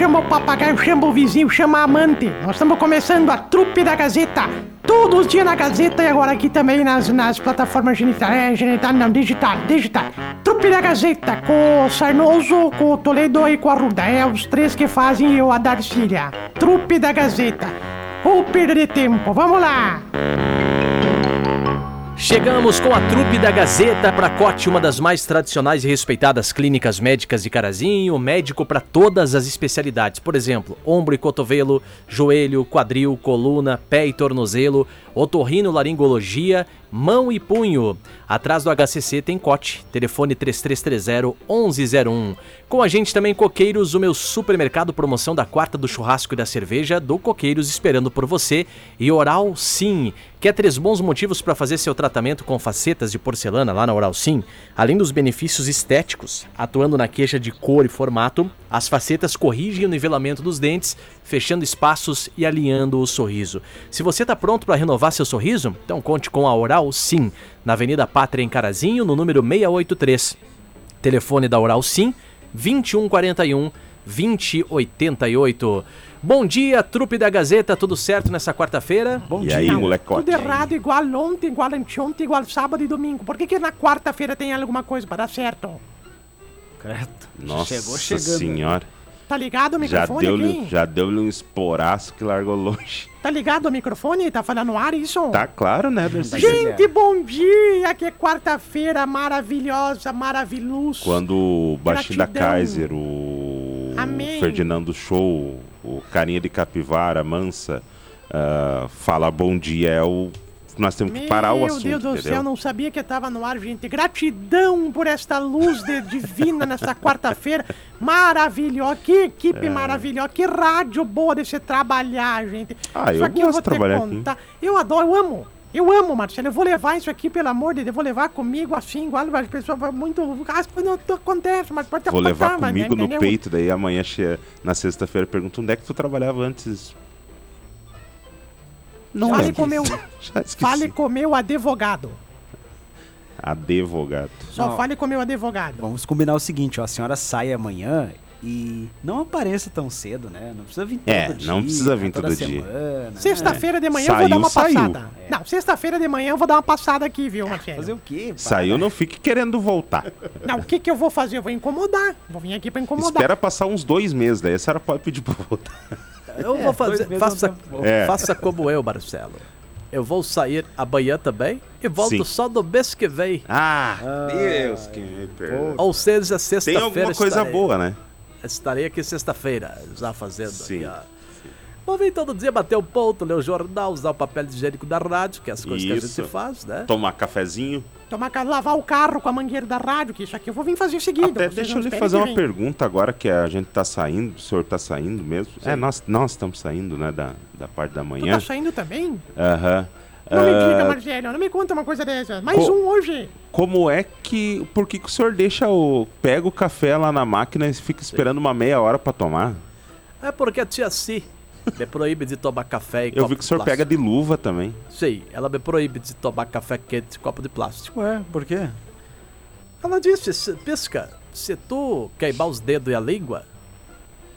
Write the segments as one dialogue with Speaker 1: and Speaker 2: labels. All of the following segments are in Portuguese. Speaker 1: chama o papagaio, chama o vizinho, chama a amante. Nós estamos começando a trupe da Gazeta. Todos os dias na Gazeta e agora aqui também nas, nas plataformas genital. É, genital não, digital, digital. Trupe da Gazeta, com o Sarnoso, com o Toledo e com a Ruda. É os três que fazem eu a Darcília. Trupe da Gazeta. Ou perda de tempo, vamos lá!
Speaker 2: Chegamos com a trupe da Gazeta para Cote, uma das mais tradicionais e respeitadas clínicas médicas de Carazinho, médico para todas as especialidades, por exemplo, ombro e cotovelo, joelho, quadril, coluna, pé e tornozelo, otorrino, laringologia, mão e punho. Atrás do HCC tem Cote, telefone 3330-1101. Com a gente também Coqueiros, o meu supermercado promoção da quarta do churrasco e da cerveja do Coqueiros esperando por você e Oral Sim. Quer três bons motivos para fazer seu tratamento com facetas de porcelana lá na Oral Sim? Além dos benefícios estéticos, atuando na queixa de cor e formato, as facetas corrigem o nivelamento dos dentes, fechando espaços e alinhando o sorriso. Se você está pronto para renovar seu sorriso, então conte com a Oral Sim, na Avenida Pátria em Carazinho, no número 683. Telefone da Oral Sim 2141 2088. Bom dia, trupe da Gazeta, tudo certo nessa quarta-feira?
Speaker 1: Bom
Speaker 3: E aí, molecote?
Speaker 1: Tudo errado, igual ontem, igual anteontem, igual sábado e domingo. Por que, que na quarta-feira tem alguma coisa pra dar certo?
Speaker 4: Credo.
Speaker 3: Nossa
Speaker 4: Chegou chegando.
Speaker 3: senhora.
Speaker 1: Tá ligado o
Speaker 3: Já
Speaker 1: microfone
Speaker 3: deu-lhe
Speaker 1: aqui?
Speaker 3: já deu um esporaço que largou longe.
Speaker 1: Tá ligado o microfone? Tá falando no ar isso?
Speaker 3: Tá claro, né, Darcy?
Speaker 1: Gente, bom dia! Que é quarta-feira maravilhosa, maravilhosa.
Speaker 3: Quando o baixinho da
Speaker 1: Gratidão.
Speaker 3: Kaiser, o
Speaker 1: um Amém.
Speaker 3: Ferdinando Show, o Carinha de Capivara, Mansa, ah, fala bom dia, é o... Nós temos que parar o assunto,
Speaker 1: Meu Deus do
Speaker 3: entendeu?
Speaker 1: céu, não sabia que estava no ar, gente. Gratidão por esta luz de- divina nessa quarta-feira. Maravilhosa, que
Speaker 3: É.
Speaker 1: equipe maravilhosa, que rádio boa de se trabalhar, gente.
Speaker 3: Ah,
Speaker 1: Isso
Speaker 3: eu
Speaker 1: aqui
Speaker 3: gosto de trabalhar aqui.
Speaker 1: Eu adoro, eu amo. Eu amo, Marcelo. Eu vou levar isso aqui, pelo amor de Deus. Eu vou levar comigo assim, igual as pessoas vão muito. ah, As coisas não acontecem, mas pode
Speaker 3: Vou levar
Speaker 1: mas, né,
Speaker 3: comigo no
Speaker 1: entendeu?
Speaker 3: peito, daí amanhã, che- na sexta-feira, pergunto onde é que tu trabalhava antes. Não
Speaker 1: Fale
Speaker 3: lembro.
Speaker 1: com meu-
Speaker 3: Já esqueci.
Speaker 1: Fale com meu advogado.
Speaker 3: Advogado.
Speaker 1: Só
Speaker 4: Não.
Speaker 1: fale com meu advogado.
Speaker 4: Vamos combinar o seguinte, ó. A senhora sai amanhã e não apareça tão cedo, né? Não precisa vir todo
Speaker 3: É,
Speaker 4: dia. tá
Speaker 3: não precisa vir
Speaker 4: toda
Speaker 3: todo dia.
Speaker 4: semana, né?
Speaker 1: Sexta-feira de manhã eu vou
Speaker 3: Saiu,
Speaker 1: dar uma
Speaker 3: saiu.
Speaker 1: passada. Não, sexta-feira de manhã eu vou dar uma passada aqui, viu, Marcelo?
Speaker 4: É. Ah, né? Fazer o quê? pá?
Speaker 3: Saiu, não fique querendo voltar.
Speaker 1: Não, o que que eu vou fazer? Eu vou incomodar. Vou vir aqui pra incomodar.
Speaker 3: Espera passar uns dois meses, daí a senhora pode pedir pra voltar.
Speaker 2: Eu vou fazer.
Speaker 4: meses é
Speaker 2: Faça,
Speaker 4: um tempo bom.
Speaker 3: É.
Speaker 2: faça como eu, Marcelo. Eu vou sair amanhã também e volto
Speaker 3: Sim.
Speaker 2: só no mês que vem.
Speaker 3: Ah, Deus, que me perdoa.
Speaker 2: Ou seja,
Speaker 3: Tem
Speaker 2: sexta-feira.
Speaker 3: alguma coisa
Speaker 2: estarei-
Speaker 3: boa, né?
Speaker 2: Estarei aqui sexta-feira, já fazendo
Speaker 3: Sim.
Speaker 2: aqui, ó. Vou vir todo dia bater o ponto, ler o jornal, usar o papel higiênico da rádio, que é as coisas que a
Speaker 3: Isso.
Speaker 2: gente faz, né?
Speaker 3: Tomar cafezinho.
Speaker 1: Tomar ca- lavar o carro com a mangueira da rádio, que isso aqui eu vou vir fazer seguido.
Speaker 3: Até
Speaker 1: Vocês
Speaker 3: deixa
Speaker 1: não
Speaker 3: eu lhe
Speaker 1: esperem
Speaker 3: fazer
Speaker 1: que
Speaker 3: uma
Speaker 1: vem.
Speaker 3: pergunta agora que a gente tá saindo, o senhor tá saindo mesmo. É, nós, nós estamos saindo, né, da, da parte da
Speaker 1: Tu
Speaker 3: manhã.
Speaker 1: tá saindo também?
Speaker 3: Aham.
Speaker 1: Não me diga,
Speaker 3: Ah,
Speaker 1: Marcelo, não me conta uma coisa dessa. Mais
Speaker 3: Co-
Speaker 1: um hoje.
Speaker 3: Como é que. Por que, que o senhor deixa o. Pega o café lá na máquina e fica esperando uma meia hora pra tomar?
Speaker 2: É porque a tia Si me proíbe de tomar café e
Speaker 3: Eu vi que o senhor pega de luva também.
Speaker 2: Sim, ela me proíbe de tomar café quente e copo de plástico.
Speaker 4: Ué, por quê?
Speaker 2: Ela disse, "Se- pisca, se tu queimar os dedos e a língua,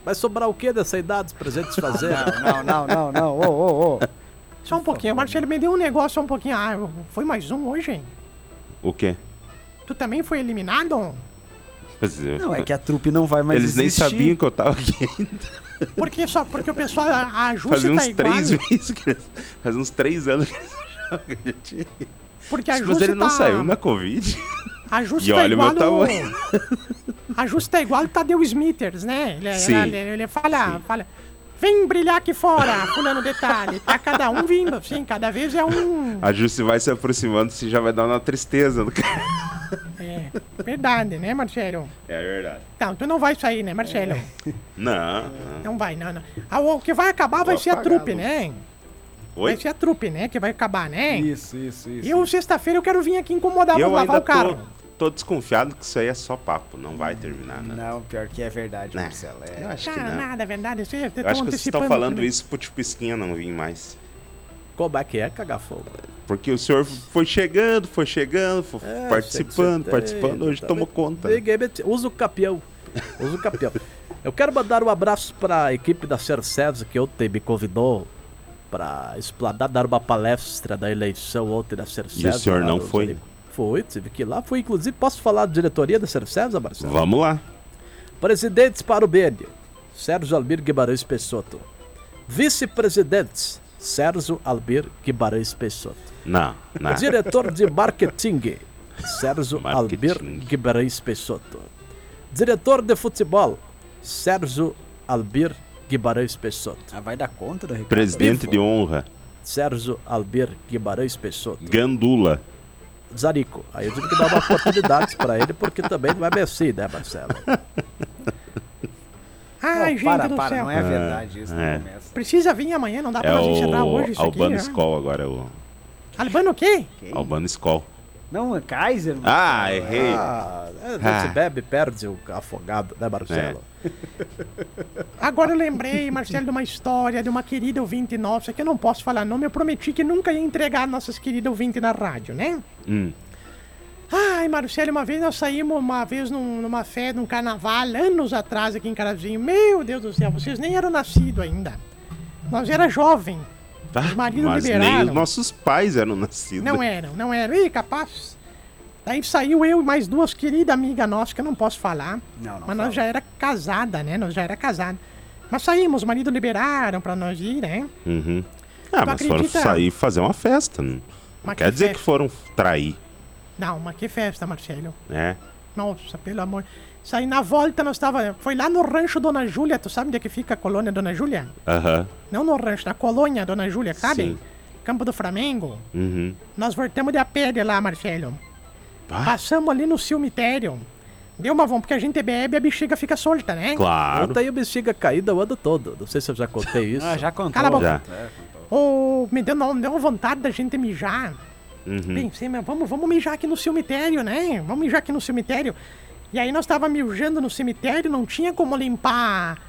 Speaker 2: vai sobrar o que dessa idade pra gente fazer?
Speaker 4: Não, não, não, não. Ô, ô, ô.
Speaker 1: Só um pouquinho. O Marcelo me deu um negócio só um pouquinho. Ah, eu- foi mais um hoje? hein?
Speaker 3: O quê?
Speaker 1: Tu também foi eliminado?
Speaker 3: Mas eu-
Speaker 4: Não, é que a trupe não vai mais
Speaker 3: Eles nem
Speaker 4: existir.
Speaker 3: sabiam que eu tava aqui.
Speaker 1: Porque só porque o pessoal, a a Júcia tá
Speaker 3: Fazia uns
Speaker 1: igual.
Speaker 3: três meses que eles, Fazia uns três anos que eles jogam, gente.
Speaker 1: Porque a
Speaker 3: Mas
Speaker 1: Júcia
Speaker 3: ele não
Speaker 1: tá-
Speaker 3: saiu né? na Covid.
Speaker 1: A Justa
Speaker 3: E
Speaker 1: é
Speaker 3: olha o
Speaker 1: igual
Speaker 3: meu
Speaker 1: ao-
Speaker 3: tamanho.
Speaker 1: A Justa é igual o Tadeu Smithers, né? Ele,
Speaker 3: Sim.
Speaker 1: ele, ele fala, fala, vem brilhar aqui fora, fulano detalhe. Tá cada um vindo, sim, cada vez é um.
Speaker 3: A Jussi vai se aproximando, se já vai dar uma tristeza no cara.
Speaker 1: É, verdade, né, Marcelo?
Speaker 3: É verdade.
Speaker 1: Não, tu não vai sair, né, Marcelo?
Speaker 3: É. Não. não.
Speaker 1: Não vai, não, não. Ah, o que vai acabar vai
Speaker 3: Vou
Speaker 1: ser a
Speaker 3: apagar a
Speaker 1: trupe,
Speaker 3: luz.
Speaker 1: né? Vai
Speaker 3: Oi?
Speaker 1: ser a trupe, né? Que vai acabar, né?
Speaker 4: Isso, isso, isso.
Speaker 1: Eu, sexta-feira, eu quero vir aqui incomodar, vou
Speaker 3: Eu
Speaker 1: então lavar
Speaker 3: ainda
Speaker 1: o carro.
Speaker 3: tô, tô desconfiado que isso aí é só papo. Não vai terminar, né?
Speaker 4: Não, pior que é verdade,
Speaker 3: Né?
Speaker 4: Marcelo. É.
Speaker 3: Eu acho que
Speaker 1: Cara,
Speaker 3: não.
Speaker 1: nada, é verdade. Vocês
Speaker 3: Eu acho que vocês estão falando isso pro tipo pisquinha não vir mais.
Speaker 2: Como é que é cagar fogo?
Speaker 3: Porque o senhor foi chegando, foi chegando, foi
Speaker 2: É,
Speaker 3: participando,
Speaker 2: sei que você
Speaker 3: participando,
Speaker 2: tem,
Speaker 3: hoje
Speaker 2: tá
Speaker 3: tomou
Speaker 2: bem.
Speaker 3: conta.
Speaker 2: Ninguém me- Usa o capião. Usa o capião. Eu quero mandar um abraço para a equipe da Cercevs que ontem me convidou para explanar, dar uma palestra da eleição ontem da Cercevs.
Speaker 3: E o senhor
Speaker 2: lá
Speaker 3: não
Speaker 2: no-
Speaker 3: foi?
Speaker 2: Foi, tive que ir lá. Fui, inclusive, posso falar da diretoria da Cercevs, Marcelo?
Speaker 3: Vamos lá.
Speaker 2: Presidentes para o BN, Sérgio Albir Guimarães Peixoto. Vice-presidentes, Sérgio Albir Guimarães Peixoto.
Speaker 3: Não, não.
Speaker 2: Diretor de marketing, Sérgio
Speaker 3: Marketing.
Speaker 2: Albir Guimarães Peixoto. Diretor de futebol, Sérgio Albir Guimarães Peixoto.
Speaker 4: Ah, vai dar conta do Ricardo?
Speaker 3: Presidente de honra,
Speaker 2: Sérgio Albir Guimarães Peixoto.
Speaker 3: Gandula.
Speaker 2: Zarico. Aí eu tive que dar uma oportunidade pra ele, porque também não é bem assim, né, Marcelo?
Speaker 4: Não,
Speaker 1: Ai, gente
Speaker 4: para,
Speaker 1: do
Speaker 4: para,
Speaker 1: céu.
Speaker 4: não é verdade isso,
Speaker 3: é.
Speaker 4: não começa.
Speaker 1: Precisa vir amanhã, não dá
Speaker 3: É
Speaker 1: pra gente entrar
Speaker 3: o
Speaker 1: hoje isso
Speaker 3: Albano
Speaker 1: aqui. né?
Speaker 3: Skoll agora, é o
Speaker 1: Albano o quê?
Speaker 3: Albano Skoll.
Speaker 4: Não, é Kaiser, mano.
Speaker 3: Ah, errei.
Speaker 2: Ah, é, não se
Speaker 3: Ah. É.
Speaker 2: bebe, perde o afogado, né, Marcelo?
Speaker 1: Agora eu lembrei, Marcelo, de uma história de uma querida ouvinte nossa, que eu não posso falar nome, eu prometi que nunca ia entregar nossas queridas ouvintes na rádio, né?
Speaker 3: Hum.
Speaker 1: Ai, Marcelo, uma vez nós saímos uma vez num- numa fé, num carnaval, anos atrás aqui em Carazinho. Meu Deus do céu, vocês nem eram nascidos ainda. Nós era jovem.
Speaker 3: Tá,
Speaker 1: Os maridos
Speaker 3: Mas nem
Speaker 1: liberaram.
Speaker 3: os nossos pais eram nascidos.
Speaker 1: Não é. eram, não eram. Ih, capaz. Daí saiu eu e mais duas queridas amigas nossas, que eu não posso falar.
Speaker 4: Não, não
Speaker 1: Mas é
Speaker 4: fala.
Speaker 1: nós já era casada, né? Nós já era casada. Mas saímos, o marido liberaram pra nós ir, né?
Speaker 3: Uhum. Ah,
Speaker 1: Tu
Speaker 3: mas foram
Speaker 1: acredita?
Speaker 3: sair e fazer uma festa. Não não
Speaker 1: Mas
Speaker 3: quer
Speaker 1: que
Speaker 3: dizer
Speaker 1: festa?
Speaker 3: que foram trair,
Speaker 1: Não, mas que festa, Marcelo.
Speaker 3: né?
Speaker 1: Nossa, pelo amor. Saí na volta, nós tava. Foi lá no rancho Dona Júlia, tu sabe onde é que fica a colônia Dona Júlia?
Speaker 3: Aham.
Speaker 1: Não no rancho, na colônia Dona Júlia, sabe?
Speaker 3: Sim.
Speaker 1: Campo do Flamengo.
Speaker 3: Uhum.
Speaker 1: Nós voltamos de a pé de lá, Marcelo.
Speaker 3: Ah.
Speaker 1: Passamos ali no cemitério. Deu uma vontade, porque a gente bebe e a bexiga fica solta, né?
Speaker 3: Claro.
Speaker 2: Ontem eu bexiga caída o ano todo. Não sei se eu já contei isso.
Speaker 4: Ah, já contou.
Speaker 1: Cala a boca.
Speaker 3: Já.
Speaker 4: É, contou.
Speaker 1: Ô, me deu, não, deu uma vontade da gente mijar.
Speaker 3: Uhum.
Speaker 1: Pensei, mas vamos, vamos mijar aqui no cemitério, né? Vamos mijar aqui no cemitério. E aí nós tava mijando no cemitério, não tinha como limpar,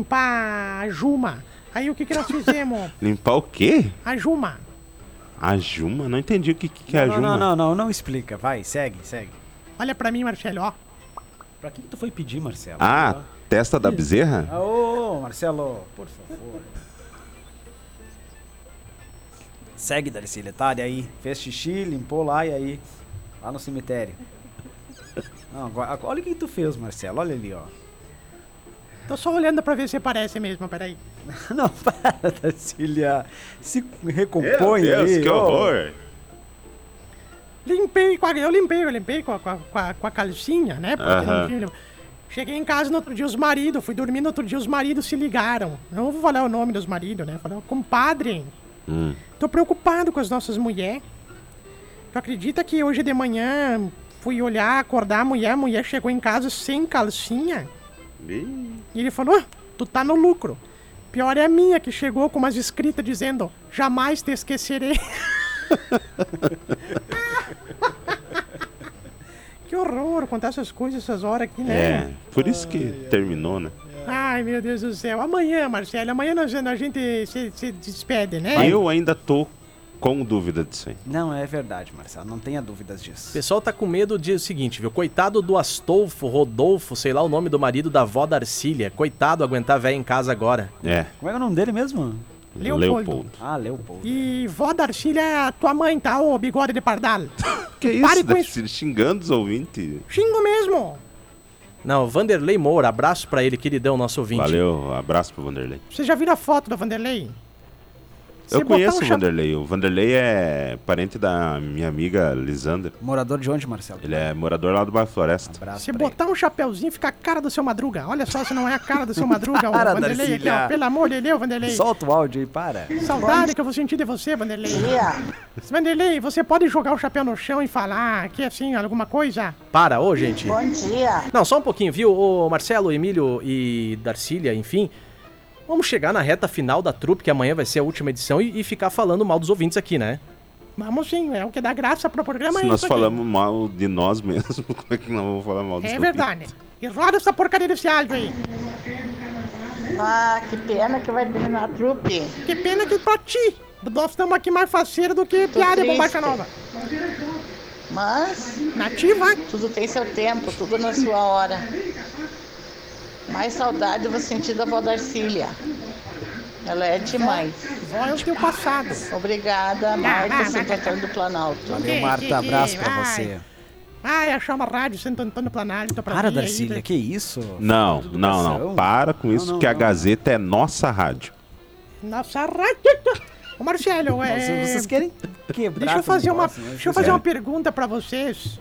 Speaker 1: limpar a Juma. Aí o que que nós fizemos?
Speaker 3: Limpar o quê?
Speaker 1: A Juma.
Speaker 3: A Juma? Não entendi o que, que é a
Speaker 4: Não,
Speaker 3: Juma.
Speaker 4: não, não, não, não explica. Vai, segue, segue.
Speaker 1: Olha pra mim, Marcelo, ó.
Speaker 4: Pra que, que tu foi pedir, Marcelo?
Speaker 3: Ah, testa da bezerra?
Speaker 4: Ah, Ô, Marcelo, por favor. Segue, Darcília, tá? E aí? Fez xixi, limpou lá e aí? Lá no cemitério. Não, agora, agora- olha o que tu fez, Marcelo. Olha ali, ó.
Speaker 1: Tô só olhando pra ver se parece mesmo, peraí.
Speaker 4: Não, para, Darcília. Se recompõe ali.
Speaker 3: que
Speaker 4: ó.
Speaker 3: horror!
Speaker 1: Limpei, com a, eu limpei, eu limpei com a, com a- com a- com a calcinha, né? Porque
Speaker 3: Aham.
Speaker 1: não tinha- Cheguei em casa no outro dia, os maridos, fui dormir no outro dia, os maridos se ligaram. Eu não vou falar o nome dos maridos, né? Falei, compadre,
Speaker 3: Hum.
Speaker 1: tô preocupado com as nossas mulheres. Tu acredita que hoje de manhã fui olhar, acordar a mulher, a mulher chegou em casa sem calcinha? E ele falou, "Ah, tu tá no lucro. Pior é a minha, que chegou com umas escritas dizendo, jamais te esquecerei. que horror contar essas coisas essas horas aqui, né?
Speaker 3: É, por isso que terminou, né?
Speaker 1: Ai, meu Deus do céu. Amanhã, Marcelo, amanhã nós- a gente se, se despede, né?
Speaker 3: Eu ainda tô com dúvida disso aí.
Speaker 4: Não, é verdade, Marcelo. Não tenha dúvidas disso.
Speaker 2: O pessoal tá com medo de o seguinte, viu? Coitado do Astolfo, Rodolfo, sei lá o nome do marido da avó da Arcília. Coitado, aguentar a véia em casa agora.
Speaker 3: É,
Speaker 4: Como é que é o nome dele mesmo?
Speaker 1: Leopoldo.
Speaker 3: Leopoldo.
Speaker 4: Ah, Leopoldo.
Speaker 1: E vó Darcília é a tua mãe, tá? Ô, bigode de pardal.
Speaker 3: Que
Speaker 1: Pare
Speaker 3: isso,
Speaker 1: com
Speaker 3: Deve
Speaker 1: isso.
Speaker 3: ser xingando os ouvintes.
Speaker 1: Xingo mesmo.
Speaker 2: Não, Vanderlei Moura, abraço pra ele, queridão, nosso ouvinte.
Speaker 3: Valeu, abraço pro Vanderlei.
Speaker 1: Você já viu a foto do Vanderlei? Se
Speaker 3: Eu
Speaker 1: botar
Speaker 3: conheço
Speaker 1: um
Speaker 3: o
Speaker 1: cha-
Speaker 3: Vanderlei. O Vanderlei é parente da minha amiga Lisandra.
Speaker 4: Morador de onde, Marcelo?
Speaker 3: Ele é morador lá do Bairro Floresta.
Speaker 4: Abraço
Speaker 1: Se
Speaker 4: pra ele.
Speaker 1: botar um chapéuzinho, fica a cara do seu Madruga. Olha só se não é a cara do seu Madruga, o
Speaker 4: Para,
Speaker 1: Vanderlei. Aqui, ó.
Speaker 4: Darcília.
Speaker 1: Pelo amor de Deus, Vanderlei.
Speaker 4: Solta o áudio aí, para.
Speaker 1: Saudade que eu vou sentir de você, Vanderlei. Vanderlei, você pode jogar o chapéu no chão e falar que assim, alguma coisa?
Speaker 2: Para, ô, gente.
Speaker 5: Bom dia.
Speaker 2: Não, só um pouquinho, viu? Ô, Marcelo, Emílio e Darcília, enfim. Vamos chegar na reta final da trupe, que amanhã vai ser a última edição, e, e ficar falando mal dos ouvintes aqui, né?
Speaker 1: Vamos sim, é o que dá graça pro programa.
Speaker 3: Se
Speaker 1: é
Speaker 3: nós
Speaker 1: isso aqui.
Speaker 3: falamos mal de nós mesmos, como é que nós vamos falar mal dos
Speaker 1: É
Speaker 3: ouvintes?
Speaker 1: verdade. E roda essa porcaria desse áudio aí.
Speaker 5: Ah, que pena que vai terminar a trupe.
Speaker 1: Que pena que pra ti. Nós estamos aqui mais faceiro do que piada e
Speaker 5: triste.
Speaker 1: bombacha nova.
Speaker 5: Mas
Speaker 1: Nativa,
Speaker 5: tudo tem seu tempo, tudo na sua hora. Mais saudade eu vou sentir da vó Darcília. Ela é demais.
Speaker 1: Vó é o teu passado.
Speaker 5: Obrigada, Marta, Santo Antônio do Planalto.
Speaker 4: Valeu, Marta. Abraço pra você.
Speaker 1: Ai, achar uma rádio Santo Antônio Planalto pra
Speaker 4: Para,
Speaker 1: ti aí,
Speaker 4: Darcília,
Speaker 1: né?
Speaker 4: que isso?
Speaker 3: Não,
Speaker 4: Tudo
Speaker 3: não,
Speaker 4: pressão.
Speaker 3: não. Para com isso,
Speaker 4: Não, não,
Speaker 3: que a
Speaker 4: não.
Speaker 3: Gazeta é nossa rádio.
Speaker 1: Nossa rádio. Ô, Marcelo, é...
Speaker 4: Vocês vocês querem quebrar
Speaker 1: Deixa eu
Speaker 4: com
Speaker 1: fazer uma,
Speaker 4: negócio, né?
Speaker 1: deixa eu fazer uma
Speaker 3: É.
Speaker 1: pergunta pra vocês.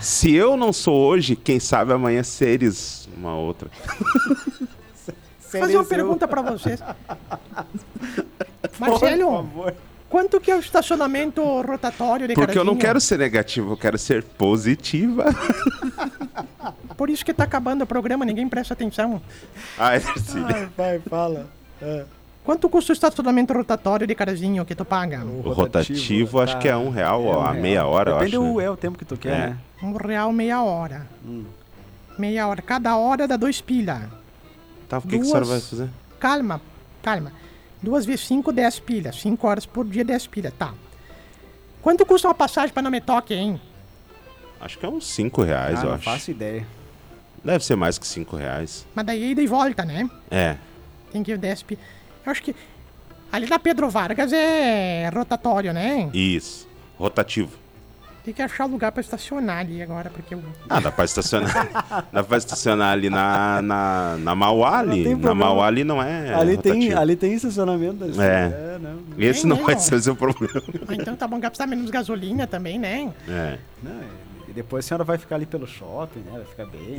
Speaker 3: Se eu não sou hoje, quem sabe amanhã seres uma outra.
Speaker 1: Vou fazer uma
Speaker 4: Seleção.
Speaker 1: pergunta pra vocês. Marcelo, quanto que é o estacionamento rotatório de
Speaker 3: Porque eu não
Speaker 1: Carazinho?
Speaker 3: quero ser negativo, eu quero ser positiva.
Speaker 1: Por isso que tá acabando o programa, ninguém presta atenção.
Speaker 3: Ai, Darcília.
Speaker 4: Vai, fala.
Speaker 1: Quanto custa o estacionamento rotatório de Carazinho que tu paga?
Speaker 3: O rotativo acho que é
Speaker 4: tá.
Speaker 3: um real, ó, a meia hora, eu
Speaker 4: Depende
Speaker 3: acho.
Speaker 4: do
Speaker 3: né?
Speaker 4: é o tempo que tu quer,
Speaker 3: É.
Speaker 4: né?
Speaker 1: Um real meia hora. Meia hora. Cada hora dá dois pilha.
Speaker 3: Tá, o que, que a senhora vai
Speaker 1: Duas.
Speaker 3: fazer?
Speaker 1: Calma, calma. Duas vezes cinco, dez pilhas. Cinco horas por dia, dez pilhas. Tá. Quanto custa uma passagem pra não me toque, hein?
Speaker 3: Acho que é uns 5 reais,
Speaker 4: Ah,
Speaker 3: eu
Speaker 4: não
Speaker 3: acho.
Speaker 4: faço ideia.
Speaker 3: Deve ser mais que 5 reais.
Speaker 1: Mas daí é ida e volta, né?
Speaker 3: É.
Speaker 1: Tem que ir dez pilhas. Eu acho que... Ali na Pedro Vargas é rotatório, né?
Speaker 3: Isso. Rotativo.
Speaker 1: Tem que achar lugar pra estacionar ali agora, porque... eu-
Speaker 3: Ah, dá pra estacionar. dá pra estacionar ali na, na, na Mauá
Speaker 4: Não tem
Speaker 3: ali. Na
Speaker 4: problema.
Speaker 3: Mauá ali não é.
Speaker 4: ali, tem,
Speaker 3: rotativo.
Speaker 4: ali tem estacionamento. Darcy.
Speaker 3: É.
Speaker 4: é não.
Speaker 3: Esse
Speaker 1: Tem
Speaker 3: não
Speaker 1: mesmo.
Speaker 3: vai ser o seu problema.
Speaker 1: Ah, então tá bom, gastar menos gasolina também, né?
Speaker 3: É.
Speaker 4: Não, e- e depois a senhora vai ficar ali pelo shopping, né? Vai ficar bem.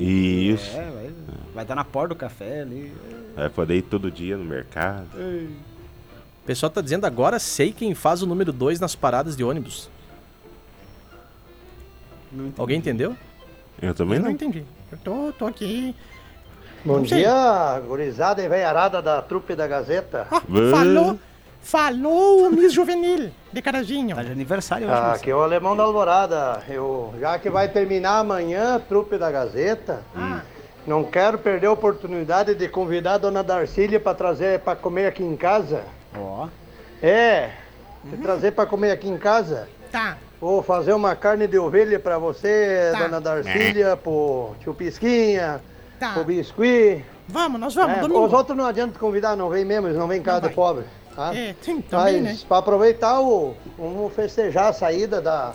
Speaker 3: Isso.
Speaker 4: É, vai, vai dar na porta do café ali.
Speaker 3: Vai poder ir todo dia no mercado.
Speaker 2: O pessoal tá dizendo agora sei quem faz o número 2 nas paradas de ônibus.
Speaker 4: Não entendi.
Speaker 2: Alguém entendeu?
Speaker 3: Eu
Speaker 1: Eu
Speaker 3: também
Speaker 1: não
Speaker 3: não.
Speaker 1: entendi. Eu tô, tô aqui...
Speaker 6: Bom
Speaker 1: Não sei.
Speaker 6: dia, gurizada e veiarada da trupe da Gazeta.
Speaker 1: Ah,
Speaker 3: Vã.
Speaker 1: falou, falou o Miss Juvenil de Carazinho.
Speaker 4: Tá de aniversário hoje.
Speaker 6: Ah,
Speaker 4: Marcelo.
Speaker 6: aqui é o Alemão da Alvorada. Eu, já que vai terminar amanhã a trupe da Gazeta,
Speaker 1: Ah.
Speaker 6: não quero perder a oportunidade de convidar a dona Darcília para trazer para comer aqui em casa.
Speaker 4: Ó,
Speaker 6: É,
Speaker 1: Uhum.
Speaker 6: de trazer para comer aqui em casa.
Speaker 1: Tá.
Speaker 6: Vou fazer uma carne de ovelha para você,
Speaker 1: Tá.
Speaker 6: dona Darcília, pro tio Pisquinha,
Speaker 1: Tá.
Speaker 6: pro Biscuit.
Speaker 1: Vamos, nós vamos,
Speaker 6: É,
Speaker 1: domingo.
Speaker 6: os outros não adianta convidar, não vem mesmo, eles não vêm casa
Speaker 1: vai.
Speaker 6: de pobre. Tá?
Speaker 1: É, sim, também,
Speaker 6: Mas
Speaker 1: né?
Speaker 6: para aproveitar, o, vamos festejar a saída da,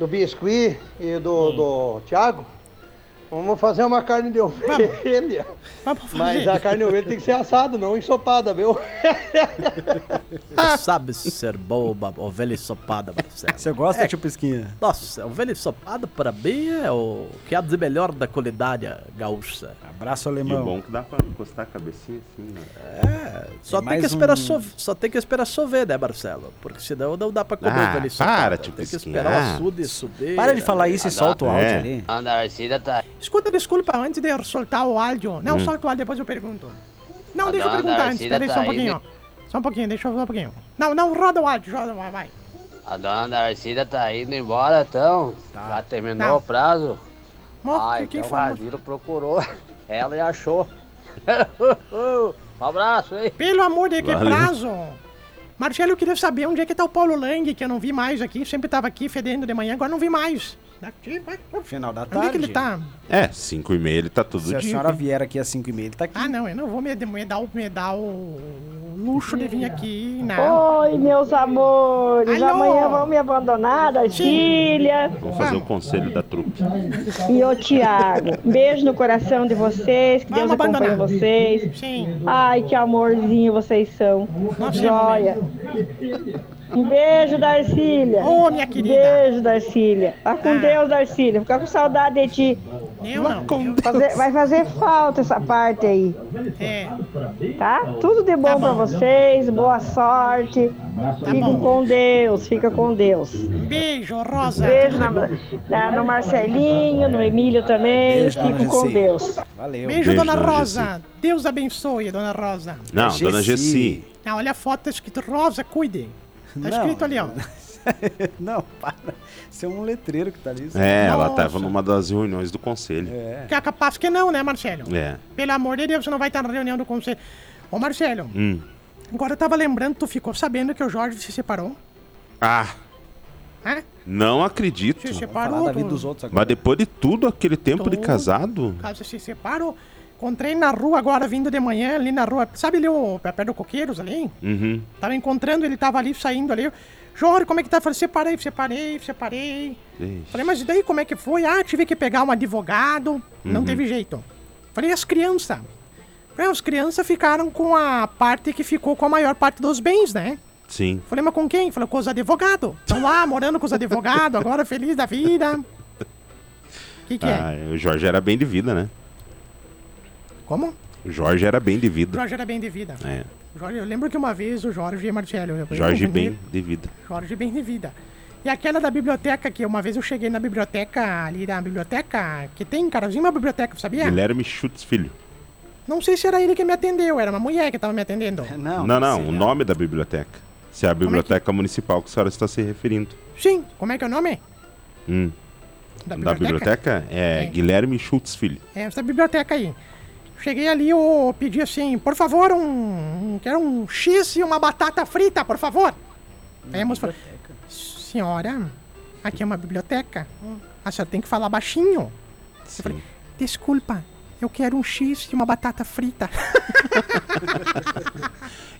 Speaker 6: do Biscuit e do,
Speaker 1: Hum.
Speaker 6: do Thiago. Vamos fazer uma carne de ovelha.
Speaker 1: Vamos
Speaker 6: Mas
Speaker 1: fazer.
Speaker 6: a carne de ovelha tem que ser assada, não ensopada, viu?
Speaker 4: Ah.
Speaker 2: Sabe ser boba, ovelha ensopada, Marcelo.
Speaker 4: você gosta,
Speaker 3: É.
Speaker 4: tio Pisquinha?
Speaker 2: Nossa, ovelha ensopada para mim é o que há de melhor da qualidade gaúcha.
Speaker 3: E
Speaker 4: Abraço,
Speaker 3: o
Speaker 4: alemão.
Speaker 3: bom é que dá pra encostar a cabecinha assim, né?
Speaker 2: Só
Speaker 4: Tem
Speaker 2: tem, que
Speaker 4: mais
Speaker 2: esperar
Speaker 4: um-
Speaker 2: chover, só tem que esperar chover, né, Marcelo? Porque senão não dá pra comer
Speaker 3: Ah,
Speaker 2: ovelha
Speaker 3: para,
Speaker 2: ensopada.
Speaker 3: tio
Speaker 2: Tem que
Speaker 3: Pisquinha.
Speaker 2: esperar o
Speaker 3: Ah.
Speaker 2: açude subir.
Speaker 4: Para de falar isso e solta o áudio
Speaker 3: É.
Speaker 4: ali.
Speaker 7: A Darcida tá.
Speaker 1: Escuta, desculpa, antes de eu soltar o áudio. Não, solta o áudio, depois eu pergunto. Não,
Speaker 7: Hum. Ah,
Speaker 1: deixa eu
Speaker 7: não,
Speaker 1: perguntar
Speaker 7: não,
Speaker 1: antes.
Speaker 7: esse
Speaker 1: Peraí, só um
Speaker 7: detalhe-
Speaker 1: pouquinho. Só um pouquinho, deixa eu só um pouquinho. Não, não, roda o áudio, roda, vai, vai.
Speaker 7: A dona Darcida tá indo embora, então. Já terminou
Speaker 1: Tá.
Speaker 7: o prazo.
Speaker 1: Mostra
Speaker 7: ah, então
Speaker 1: quem
Speaker 7: o
Speaker 1: falou.
Speaker 7: Vadilo procurou ela e achou. um abraço, hein?
Speaker 1: Pelo amor de que
Speaker 3: Valeu.
Speaker 1: prazo! Marcelo, eu queria saber onde é que tá o Paulo Lang, que eu não vi mais aqui. Sempre tava aqui fedendo de manhã, agora não vi mais. Daqui, vai. Onde
Speaker 4: Final da tarde.
Speaker 1: é que ele tá?
Speaker 3: É, 5 e meia ele tá todo
Speaker 4: Se a
Speaker 3: dia.
Speaker 4: senhora vier aqui às 5h30, ele tá aqui.
Speaker 1: Ah, não, eu não vou me, me, dar, o- me dar o luxo de vir aqui, não.
Speaker 8: Oi, meus amores.
Speaker 1: Alô.
Speaker 8: Amanhã vão me abandonar, Darcília
Speaker 3: Vamos fazer o
Speaker 1: Vamos.
Speaker 3: conselho da trupe.
Speaker 8: e o Tiago. Beijo no coração de vocês, que
Speaker 1: Vamos
Speaker 8: Deus acompanhe
Speaker 1: abandonar.
Speaker 8: vocês.
Speaker 1: Sim.
Speaker 8: Ai, que amorzinho vocês são.
Speaker 1: Nossa, é
Speaker 8: Joia. Um beijo, Darcília.
Speaker 1: Ô, minha querida.
Speaker 8: Beijo, Darcília. Vá com
Speaker 1: Ah.
Speaker 8: Deus, Darcília. Ficar com saudade de ti.
Speaker 1: Eu não. eu-
Speaker 8: Fazer- vai fazer falta essa parte aí,
Speaker 1: é,
Speaker 8: tá? Tudo de bom pra vocês. Boa sorte. Fiquem
Speaker 1: Tá bom.
Speaker 8: com Deus. Fica com Deus.
Speaker 1: um beijo, Rosa.
Speaker 8: Beijo na, na- no Marcelinho, no Emílio também.
Speaker 4: Beijo, dona
Speaker 8: Fico com
Speaker 4: Gessi.
Speaker 8: Deus.
Speaker 4: Valeu.
Speaker 1: Beijo,
Speaker 3: Beijo,
Speaker 1: dona
Speaker 3: dona
Speaker 1: Rosa. Deus abençoe, dona Rosa.
Speaker 3: Não, dona
Speaker 4: Gessi.
Speaker 3: Gessi.
Speaker 1: Ah, olha a foto, tá escrito Rosa, cuide. Tá
Speaker 4: Não.
Speaker 1: escrito ali, ó.
Speaker 4: Não, para. Isso é um letreiro que tá ali. isso
Speaker 3: É, ela tava
Speaker 1: Nossa.
Speaker 3: numa das reuniões do conselho.
Speaker 4: É.
Speaker 1: Que é capaz que não, né, Marcelo?
Speaker 3: É.
Speaker 1: Pelo amor de Deus, você não vai estar na reunião do conselho. Ô, Marcelo,
Speaker 3: Hum.
Speaker 1: agora eu tava lembrando, tu ficou sabendo que o Jorge se separou?
Speaker 3: Ah,
Speaker 1: Hã?
Speaker 3: não acredito.
Speaker 1: Se
Speaker 4: Vamos falar
Speaker 1: separou?
Speaker 4: da vida
Speaker 1: tu-
Speaker 4: dos outros agora.
Speaker 3: Mas depois de tudo aquele tempo de
Speaker 1: Tudo.
Speaker 3: casado,
Speaker 1: Caso se separou. Encontrei na rua agora, vindo de manhã, ali na rua. Sabe ali o perto do Coqueiros ali?
Speaker 3: Uhum.
Speaker 1: Tava encontrando, ele tava ali, saindo ali. Jorge, como é que tá? Eu Falei, separei, separei, separei.
Speaker 3: Ixi.
Speaker 1: Falei, mas e daí como é que foi? Ah, tive que pegar um advogado. Não teve jeito. Falei, as crianças. Falei, "Ah, as crianças ficaram com a parte que ficou com a maior parte dos bens, né?
Speaker 3: Sim.
Speaker 1: Falei, mas com quem? Falei, com os advogados. Estão lá, morando com os advogados, agora feliz da vida. O que, é? que
Speaker 3: Ah, o Jorge era bem de vida, né?
Speaker 1: é? Como?
Speaker 3: O Jorge era bem de
Speaker 1: O
Speaker 3: vida.
Speaker 1: Jorge era bem de vida.
Speaker 3: É.
Speaker 1: Jorge, eu lembro que uma vez o Jorge Marcelo. eu-
Speaker 3: Jorge
Speaker 1: eu-
Speaker 3: bem de vida.
Speaker 1: Jorge bem de vida. E aquela da biblioteca que uma vez eu cheguei na biblioteca, ali na biblioteca, que tem, cara, uma biblioteca, sabia?
Speaker 3: Guilherme Schutz Filho. é-
Speaker 1: Não sei se era ele que me atendeu, era uma mulher que tava me atendendo.
Speaker 4: É,
Speaker 3: Uhum.
Speaker 4: Não,
Speaker 3: Não,
Speaker 4: sei
Speaker 3: não, o
Speaker 4: lá.
Speaker 3: nome da biblioteca. Se é a biblioteca municipal que a senhora está se referindo.
Speaker 1: Sim, como é que é o nome?
Speaker 3: Hum. Da biblioteca? É,
Speaker 1: É.
Speaker 3: Guilherme Schutz Filho.
Speaker 1: É, essa biblioteca aí. Cheguei ali, eu pedi assim, por favor, um. um- Quero um X e uma batata frita, por favor. Aí a moça falou, senhora, aqui é uma biblioteca. A senhora tem que falar baixinho.
Speaker 3: Sim.
Speaker 1: Desculpa, eu quero um X e uma batata frita.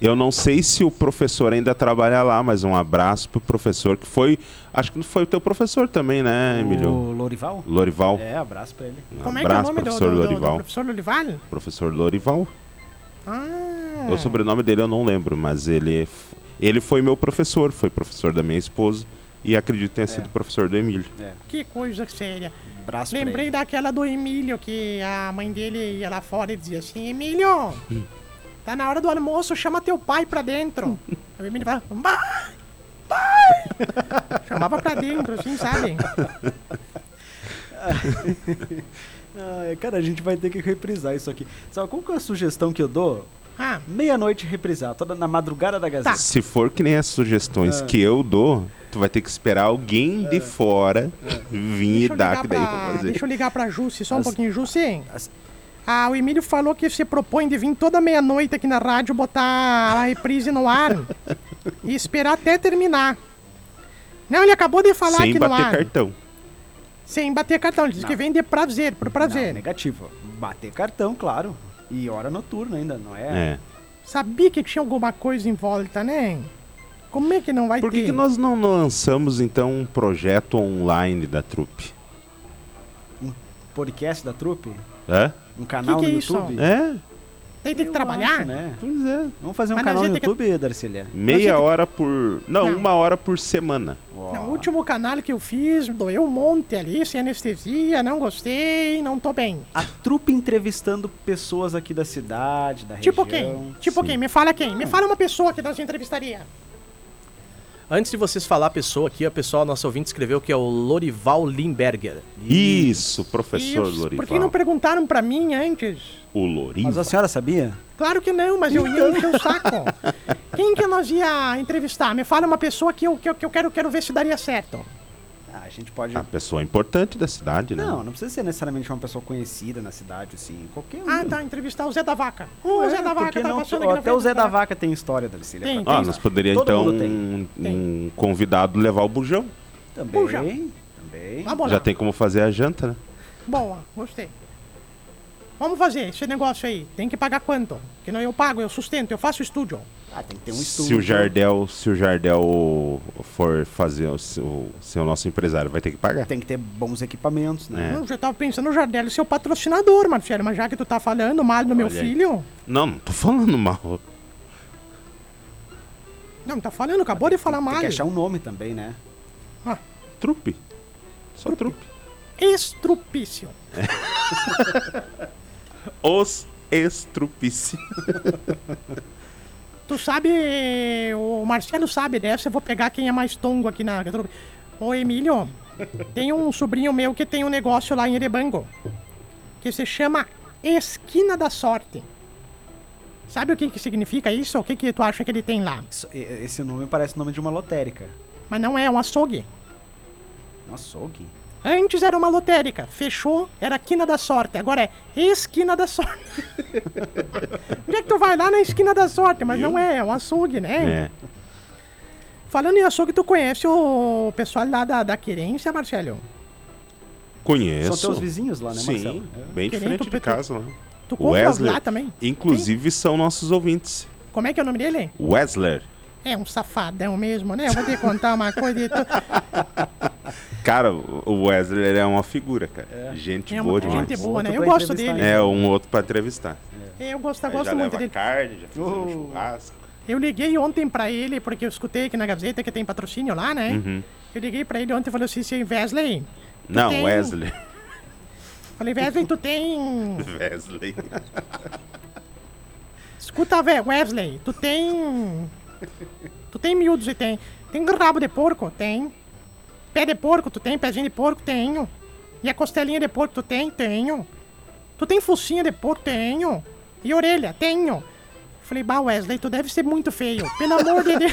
Speaker 3: Eu não sei se o professor ainda trabalha lá, mas um abraço pro professor que foi. Acho que foi o teu professor também, né, Emílio?
Speaker 4: O Lorival?
Speaker 3: Lorival.
Speaker 4: É, abraço pra ele.
Speaker 3: Um
Speaker 1: Como é que é o
Speaker 3: abraço,
Speaker 1: nome do,
Speaker 3: professor
Speaker 1: do- do- do
Speaker 3: Lorival.
Speaker 1: professor Lorival?
Speaker 3: Professor Lorival.
Speaker 1: Ah,
Speaker 3: O sobrenome dele eu não lembro, mas ele, f- ele foi meu professor, foi professor da minha esposa e acredito que
Speaker 1: É.
Speaker 3: tenha sido professor do Emílio.
Speaker 1: que coisa séria.
Speaker 4: Abraço pra
Speaker 1: Lembrei
Speaker 4: ele.
Speaker 1: daquela do Emílio, que a mãe dele ia lá fora e dizia assim, Emílio,
Speaker 3: Hum.
Speaker 1: tá na hora do almoço, chama teu pai pra dentro. Aí o Emílio falava, pai, pai! Chamava pra dentro, assim, sabe?
Speaker 4: Ai, cara, a gente vai ter que reprisar isso aqui. Sabe qual que é a sugestão que eu dou?
Speaker 1: Ah,
Speaker 4: Meia-noite reprisar, toda na madrugada da
Speaker 1: Tá.
Speaker 4: Gazeta.
Speaker 3: Se for que nem as sugestões
Speaker 1: É.
Speaker 3: que eu dou, tu vai ter que esperar alguém de fora vir
Speaker 1: É. deixa eu,
Speaker 3: e dar
Speaker 1: ligar
Speaker 3: que daí eu vou
Speaker 1: pra,
Speaker 3: fazer.
Speaker 1: deixa eu ligar pra Jussi, só um
Speaker 4: As-
Speaker 1: pouquinho, Jussi.
Speaker 4: as-
Speaker 1: Ah, o Emílio falou que se propõe de vir toda meia-noite aqui na rádio botar a reprise no ar e esperar até terminar. Não, ele acabou de falar
Speaker 3: Sem
Speaker 1: aqui no
Speaker 3: bater
Speaker 1: ar.
Speaker 3: cartão.
Speaker 1: Sem bater cartão, ele disse
Speaker 4: Não.
Speaker 1: que vem de prazer, por
Speaker 4: Não,
Speaker 1: prazer.
Speaker 4: negativo. Bater cartão, claro. E hora noturna ainda, não é?
Speaker 3: É.
Speaker 1: Sabia que tinha alguma coisa em volta, né? Como é que não vai
Speaker 3: Por que,
Speaker 1: ter?
Speaker 3: que nós não lançamos então um projeto online da trupe?
Speaker 4: Podcast da trupe?
Speaker 3: Hã?
Speaker 4: Um canal
Speaker 1: Que que é
Speaker 4: no
Speaker 1: isso?
Speaker 4: YouTube?
Speaker 3: É?
Speaker 1: Tem, tem que
Speaker 4: Eu
Speaker 1: trabalhar?
Speaker 4: acho, né?
Speaker 3: Pois é.
Speaker 4: Vamos fazer um
Speaker 1: Mas nós
Speaker 4: canal no
Speaker 1: ia ter que-
Speaker 4: YouTube, Darcília?
Speaker 3: Meia
Speaker 1: Não,
Speaker 3: hora por. Não,
Speaker 1: Não.
Speaker 3: uma hora por semana.
Speaker 1: No É último canal que eu fiz, doeu um monte ali, sem anestesia, não gostei, não tô bem.
Speaker 4: A trupe entrevistando pessoas aqui da cidade, da
Speaker 1: Tipo
Speaker 4: região. Hum.
Speaker 1: quem? Tipo quem? Me fala quem? Me fala uma pessoa que nós entrevistaria.
Speaker 2: Antes de vocês falar a pessoa aqui, a pessoa, a nossa ouvinte, escreveu que é o Lorival Limberger.
Speaker 3: Isso, professor
Speaker 1: Isso, Por
Speaker 3: Lorival.
Speaker 1: que não perguntaram pra mim antes?
Speaker 3: O Lorival.
Speaker 4: Mas assim, a senhora sabia?
Speaker 1: Claro que não, mas eu ia encher o saco. Quem que nós ia entrevistar? Me fala uma pessoa que eu, que eu, que eu quero, quero ver se daria certo.
Speaker 4: Ah, a gente pode.
Speaker 3: A pessoa importante da cidade, né?
Speaker 4: Não, não precisa ser necessariamente uma pessoa conhecida na cidade, assim. Qualquer um.
Speaker 1: Ah, tá, entrevistar o Zé da Vaca. Ô, o
Speaker 4: É,
Speaker 1: Zé da
Speaker 4: por
Speaker 1: Vaca
Speaker 4: que
Speaker 1: tá
Speaker 4: não?
Speaker 1: passando aqui na
Speaker 4: Até o
Speaker 1: frente
Speaker 4: Zé
Speaker 1: do
Speaker 4: da
Speaker 1: cara.
Speaker 4: Vaca tem história, Darcília.
Speaker 1: Tem,
Speaker 3: Ah, nós poderíamos
Speaker 4: Todo
Speaker 3: então
Speaker 4: mundo tem.
Speaker 3: um, um convidado levar o bujão.
Speaker 4: Também.
Speaker 1: Puxa.
Speaker 4: Também.
Speaker 1: Vamos lá.
Speaker 3: Já tem como fazer a janta, né?
Speaker 1: Tá Boa, gostei. Vamos fazer esse negócio aí. Tem que pagar quanto? Que não eu pago, eu sustento, eu faço estúdio.
Speaker 4: Ah, tem que ter um
Speaker 3: se
Speaker 4: estúdio.
Speaker 3: o Jardel, se o Jardel for fazer o seu, ser o nosso empresário, vai ter que pagar.
Speaker 4: Tem que ter bons equipamentos, né?
Speaker 3: É.
Speaker 1: Eu já tava pensando no Jardelli ser o patrocinador, Marcelo, mas já que tu tá falando mal do meu
Speaker 3: Olha aí.
Speaker 1: filho.
Speaker 3: Não, não tô falando mal.
Speaker 1: Não, tá falando, acabou de falar
Speaker 4: Tem
Speaker 1: mal.
Speaker 4: que achar um nome também, né?
Speaker 3: Trupe. Só trupe.
Speaker 1: Estrupício.
Speaker 3: Os estrupice.
Speaker 1: Tu sabe, o Marcelo sabe dessa, eu vou pegar quem é mais tongo aqui na. Ô Emílio, tem um sobrinho meu que tem um negócio lá em Erebango, que se chama Esquina da Sorte. Sabe o que que significa isso? O que que tu acha que ele tem lá?
Speaker 4: Isso- e- e- Esse nome parece o nome de uma lotérica.
Speaker 1: Mas não é, é um açougue.
Speaker 4: Um açougue?
Speaker 1: Antes era uma lotérica, fechou, era Quina da Sorte, agora é Esquina da Sorte. Onde é que tu vai lá na Esquina da Sorte? Mas não é, é um açougue, né?
Speaker 3: É.
Speaker 1: Falando em açougue, tu conhece o pessoal lá da, da Querência, Marcelo?
Speaker 3: Conheço.
Speaker 4: São teus vizinhos lá, né,
Speaker 3: Sim,
Speaker 4: Marcelo? É.
Speaker 3: bem
Speaker 1: Querendo
Speaker 3: diferente de
Speaker 1: petu-
Speaker 3: casa, né?
Speaker 1: Tu compra
Speaker 3: Wesley,
Speaker 1: lá também?
Speaker 3: inclusive, são nossos ouvintes.
Speaker 1: Como é que é o nome dele?
Speaker 3: Wesley.
Speaker 1: É um safadão mesmo, né? Eu vou te contar uma coisa. e tu-
Speaker 3: Cara, o Wesley ele é uma figura, cara. Gente
Speaker 1: É
Speaker 3: boa
Speaker 1: uma
Speaker 3: demais.
Speaker 1: gente boa, né?
Speaker 4: Outro
Speaker 1: Eu
Speaker 4: pra
Speaker 1: gosto
Speaker 4: entrevistar,
Speaker 1: dele.
Speaker 3: É um outro pra entrevistar.
Speaker 1: Eu gosto, eu Tá,
Speaker 3: Aí já
Speaker 1: gosto muito
Speaker 3: leva
Speaker 1: dele. Oh.
Speaker 3: carne, já fizemos churrasco.
Speaker 1: Eu liguei ontem pra ele, porque eu escutei aqui na Gazeta que tem patrocínio lá, né?
Speaker 3: Uhum.
Speaker 1: Eu liguei pra ele ontem e falei assim, "Sim, Wesley.
Speaker 3: Não,
Speaker 1: tem- um?
Speaker 3: Wesley.
Speaker 1: Falei, Wesley, tu tem.
Speaker 3: Wesley.
Speaker 1: Escuta, Ve- Wesley, tu tem. um- Tu tem miúdos e tem. Tem rabo de porco? Tem. Pé de porco, tu tem? Pezinho de porco? Tenho. E a costelinha de porco, tu tem? Tenho. Tu tem focinha de porco? Tenho. E orelha? Tenho. Falei, bah, Wesley, tu deve ser muito feio. Pelo amor de Deus.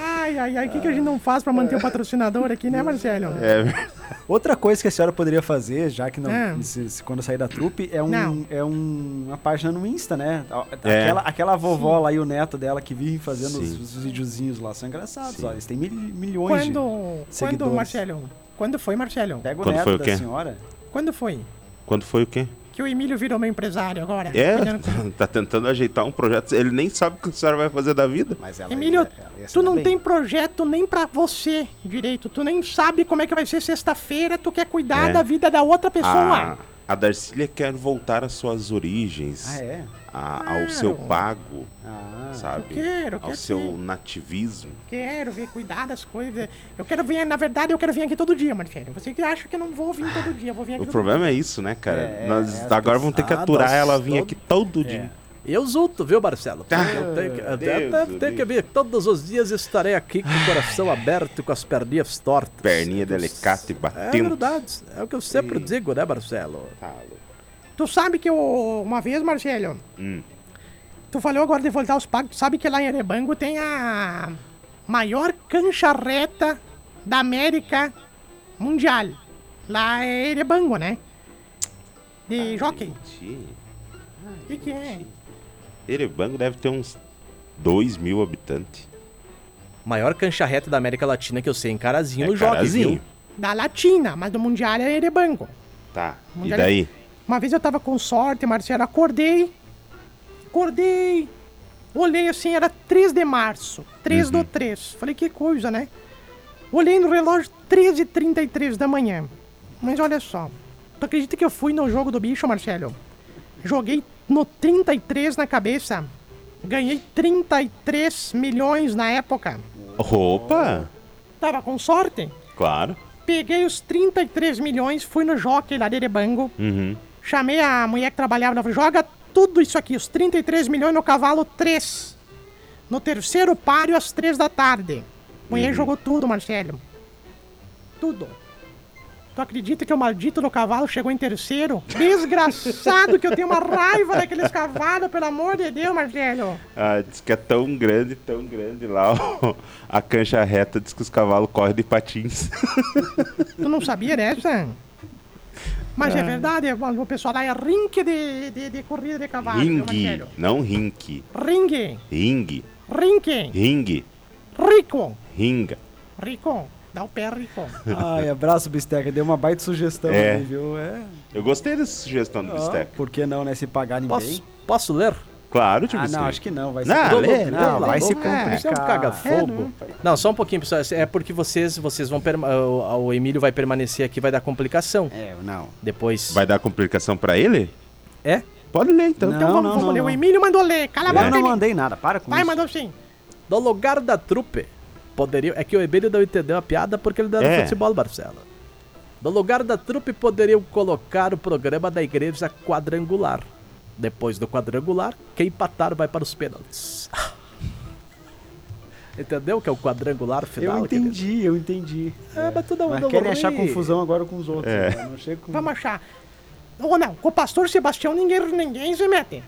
Speaker 1: Ai, ai, ai, o que, que a gente não faz pra manter o patrocinador aqui, né, Marcelo?
Speaker 3: É,
Speaker 4: Outra coisa que a senhora poderia fazer, já que não,
Speaker 1: Ah.
Speaker 4: se- se- quando sair da trupe, é, um,
Speaker 1: Não.
Speaker 4: é um- uma página no Insta, né? A-
Speaker 3: É.
Speaker 4: Aquela, aquela vovó lá e o neto dela que vivem fazendo os,
Speaker 3: Sim.
Speaker 4: os videozinhos lá são engraçados.
Speaker 3: Sim.
Speaker 4: Olha, eles têm mil- milhões
Speaker 1: Quando, quando,
Speaker 4: seguidores. É.
Speaker 1: Marcelo? Quando foi, Marcelo?
Speaker 4: de. Pega o
Speaker 3: Quando
Speaker 4: neto
Speaker 3: foi o
Speaker 4: da
Speaker 3: quê?
Speaker 4: senhora.
Speaker 1: Quando foi?
Speaker 3: Quando foi o quê?
Speaker 1: Que o Emílio virou meu empresário agora. Fazendo-
Speaker 3: É, tá tentando ajeitar um projeto. Ele nem sabe o que a senhora vai fazer da vida.
Speaker 4: Mas ela
Speaker 1: Emílio,
Speaker 4: ia- ela ia se
Speaker 1: tu
Speaker 4: dar
Speaker 1: não
Speaker 4: bem.
Speaker 1: tem projeto nem pra você direito. Tu nem sabe como é que vai ser sexta-feira. Tu quer cuidar
Speaker 3: É. Ah.
Speaker 1: da vida da outra pessoa.
Speaker 3: A, a Darcília quer voltar às suas origens,
Speaker 4: Ah, é?
Speaker 3: a- ao seu pago,
Speaker 4: Ah.
Speaker 3: sabe?
Speaker 1: quero, eu
Speaker 3: ao
Speaker 1: quero
Speaker 3: seu
Speaker 1: sim.
Speaker 3: nativismo.
Speaker 1: Quero vir cuidar das coisas. Eu quero vir, na verdade, eu quero vir aqui todo dia, Marcelo. Você que acha que eu não vou vir todo dia, eu vou vir aqui
Speaker 3: O
Speaker 1: todo
Speaker 3: problema é isso, né, cara?
Speaker 4: É,
Speaker 3: Nós
Speaker 4: as
Speaker 3: agora vamos ter que aturar
Speaker 4: pesadas,
Speaker 3: ela vir
Speaker 4: todo-
Speaker 3: aqui todo dia.
Speaker 2: Eu zuto, viu, Marcelo? Eu tenho que, eu
Speaker 3: Tá. Deus
Speaker 2: tenho- tenho
Speaker 3: do
Speaker 2: que vir todos os dias estarei aqui com o coração aberto e com as perninhas tortas.
Speaker 3: Perninha delicada e
Speaker 2: É
Speaker 3: batendo.
Speaker 2: verdade, é o que eu sempre digo, né, Marcelo?
Speaker 3: Tá louco.
Speaker 1: Tu sabe que eu, uma vez, Marcelo,
Speaker 3: Hum.
Speaker 1: tu falou agora de voltar aos pagos, tu sabe que lá em Erebango tem a maior cancha reta da América Mundial. Lá é Erebango, né? De jockey.
Speaker 3: Mentira.
Speaker 1: O que, que é?
Speaker 3: Erebango deve ter uns 2 mil habitantes.
Speaker 2: Maior cancha reta da América Latina que eu sei, encarazinho
Speaker 3: É
Speaker 2: no jogo, viu?
Speaker 3: carazinho.
Speaker 1: Da Latina, mas do Mundial é Erebango.
Speaker 3: Tá. E
Speaker 1: Mundial-
Speaker 3: daí?
Speaker 1: Uma vez eu tava com sorte, Marcelo, acordei, acordei, olhei assim, era 3 de março, 3 do 3. Falei, que coisa, né? Olhei no relógio, 13h33 da manhã. Mas olha só, tu acredita que eu fui no jogo do bicho, Marcelo? Joguei no 33 na cabeça, ganhei 33 milhões na época.
Speaker 3: Opa!
Speaker 1: Tava com sorte.
Speaker 3: Claro.
Speaker 1: Peguei os 33 milhões, fui no jockey lá de Erebango,
Speaker 3: Uhum.
Speaker 1: Chamei a mulher que trabalhava na joga tudo isso aqui, os 33 milhões no cavalo 3. No terceiro páreo, às 3 da tarde. A mulher jogou tudo, Marcelo. Tudo. Tu acredita que o maldito do cavalo chegou em terceiro? Desgraçado que eu tenho uma raiva daqueles cavalos, pelo amor de Deus, Marcelo.
Speaker 3: Ah, diz que é tão grande, tão grande lá. ó. a cancha reta diz que os cavalos correm de patins.
Speaker 1: Tu não sabia dessa? Mas
Speaker 4: Ah.
Speaker 1: é verdade, o pessoal lá é rinque de, de, de corrida de cavalo, viu,
Speaker 3: Ringue,
Speaker 1: Marcelo.
Speaker 3: não rinque.
Speaker 1: Ringue,
Speaker 3: Ringue,
Speaker 1: rinque,
Speaker 3: ringue,
Speaker 1: rico.
Speaker 3: ringa.
Speaker 1: Rico, dá o pé, Rico.
Speaker 4: Ai, abraço, Bisteca. Deu uma baita sugestão
Speaker 3: É.
Speaker 4: aí, viu? É.
Speaker 3: Eu gostei dessa sugestão do
Speaker 4: Ó,
Speaker 3: Bistec.
Speaker 4: Por que não, né? Se pagar ninguém.
Speaker 2: Posso, posso ler?
Speaker 3: Claro, tio
Speaker 4: Ah,
Speaker 3: Bistec.
Speaker 4: não, acho que não. Vai
Speaker 3: Não,
Speaker 4: se
Speaker 3: lê,
Speaker 4: complicar. Tá Não,
Speaker 2: lê,
Speaker 4: vai
Speaker 2: lê,
Speaker 4: se
Speaker 2: lê. Isso é um
Speaker 4: complicar.
Speaker 2: cagafobo. Não, só um pouquinho, pessoal. É porque vocês, vocês vão... perma- O, o Emílio vai permanecer aqui, vai dar complicação.
Speaker 4: É, não.
Speaker 2: Depois...
Speaker 3: Vai dar complicação pra ele?
Speaker 2: É?
Speaker 3: Pode ler então.
Speaker 4: Não,
Speaker 1: Então vamos, vamos ler. O Emílio mandou ler. Cala a boca,
Speaker 4: Eu não
Speaker 1: Emílio.
Speaker 4: mandei nada, para com
Speaker 1: Tá Vai,
Speaker 4: isso.
Speaker 1: mandou sim.
Speaker 2: No lugar da trupe, poderiam. É que o Emílio não entendeu a piada porque ele não era
Speaker 3: É.
Speaker 2: futebol, Marcelo. No lugar da trupe, poderiam colocar o programa da igreja quadrangular. Depois do quadrangular, quem empatar vai para os pênaltis. Entendeu que é o quadrangular final?
Speaker 4: Eu
Speaker 2: querido?
Speaker 4: entendi, eu entendi. Ah,
Speaker 2: É, mas tu não,
Speaker 4: Mas
Speaker 2: não
Speaker 4: querem
Speaker 2: ri.
Speaker 4: achar confusão agora com os outros.
Speaker 3: É.
Speaker 4: né? Não chega com...
Speaker 1: Vamos achar. Ou não, com o pastor Sebastião ninguém, ninguém se mete.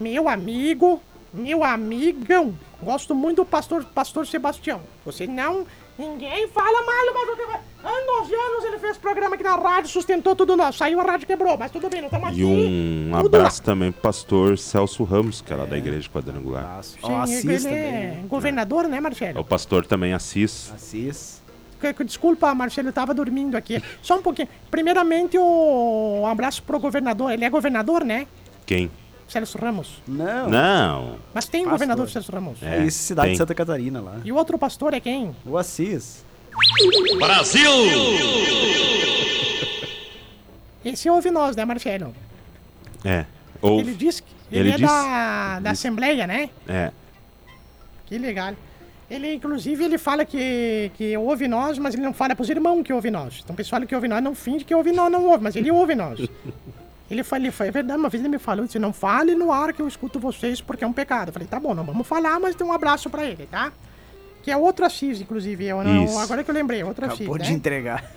Speaker 1: Meu amigo, meu amigão. Gosto muito do pastor, pastor Sebastião. Você não. Ninguém fala mal, mas há 11 anos ele fez programa aqui na rádio, sustentou tudo nós. Saiu a rádio quebrou, mas tudo bem, não estamos aqui.
Speaker 3: E um
Speaker 1: tudo
Speaker 3: abraço também pro pastor Celso Ramos, que é lá da Igreja Quadrangular.
Speaker 4: Ah, Assis,
Speaker 1: lá. Sim,
Speaker 4: Assis
Speaker 1: ele
Speaker 4: também.
Speaker 1: é
Speaker 4: né?
Speaker 1: governador, né,
Speaker 3: É o
Speaker 1: Marcelo?
Speaker 3: pastor também Assis.
Speaker 4: Assis.
Speaker 1: que- Desculpa, Marcelo, eu tava dormindo aqui. Só um pouquinho. Primeiramente, o um abraço pro governador. Ele é governador, né?
Speaker 3: Quem?
Speaker 1: Celso Ramos.
Speaker 4: Não.
Speaker 3: Não.
Speaker 1: Mas tem um
Speaker 4: Pastor.
Speaker 1: governador Celso Ramos.
Speaker 4: É isso, cidade de
Speaker 3: Né? tem.
Speaker 4: Santa Catarina lá.
Speaker 1: E o outro pastor é quem?
Speaker 4: O Assis.
Speaker 1: Esse ouve nós, né, Marcelo?
Speaker 3: É. Ou.
Speaker 1: Ele disse que ele,
Speaker 3: Ele
Speaker 1: é
Speaker 3: disse-
Speaker 1: da, da Assembleia, né?
Speaker 3: É.
Speaker 1: Que legal. Ele, inclusive, ele fala que, que ouve nós, mas ele não fala pros irmãos que ouve nós. Então, o pessoal que ouve nós não finge que ouve nós, não ouve, mas ele ouve nós. Ele fala, ele fala, é verdade, uma vez ele me falou, disse, não fale no ar que eu escuto vocês porque é um pecado. Eu falei, tá bom, não vamos falar, mas tem um abraço pra ele, tá? Que é outro Assis, inclusive. Eu não,
Speaker 3: Isso.
Speaker 1: agora que eu lembrei, outro Assis,
Speaker 4: Acabou
Speaker 1: né?
Speaker 4: de entregar.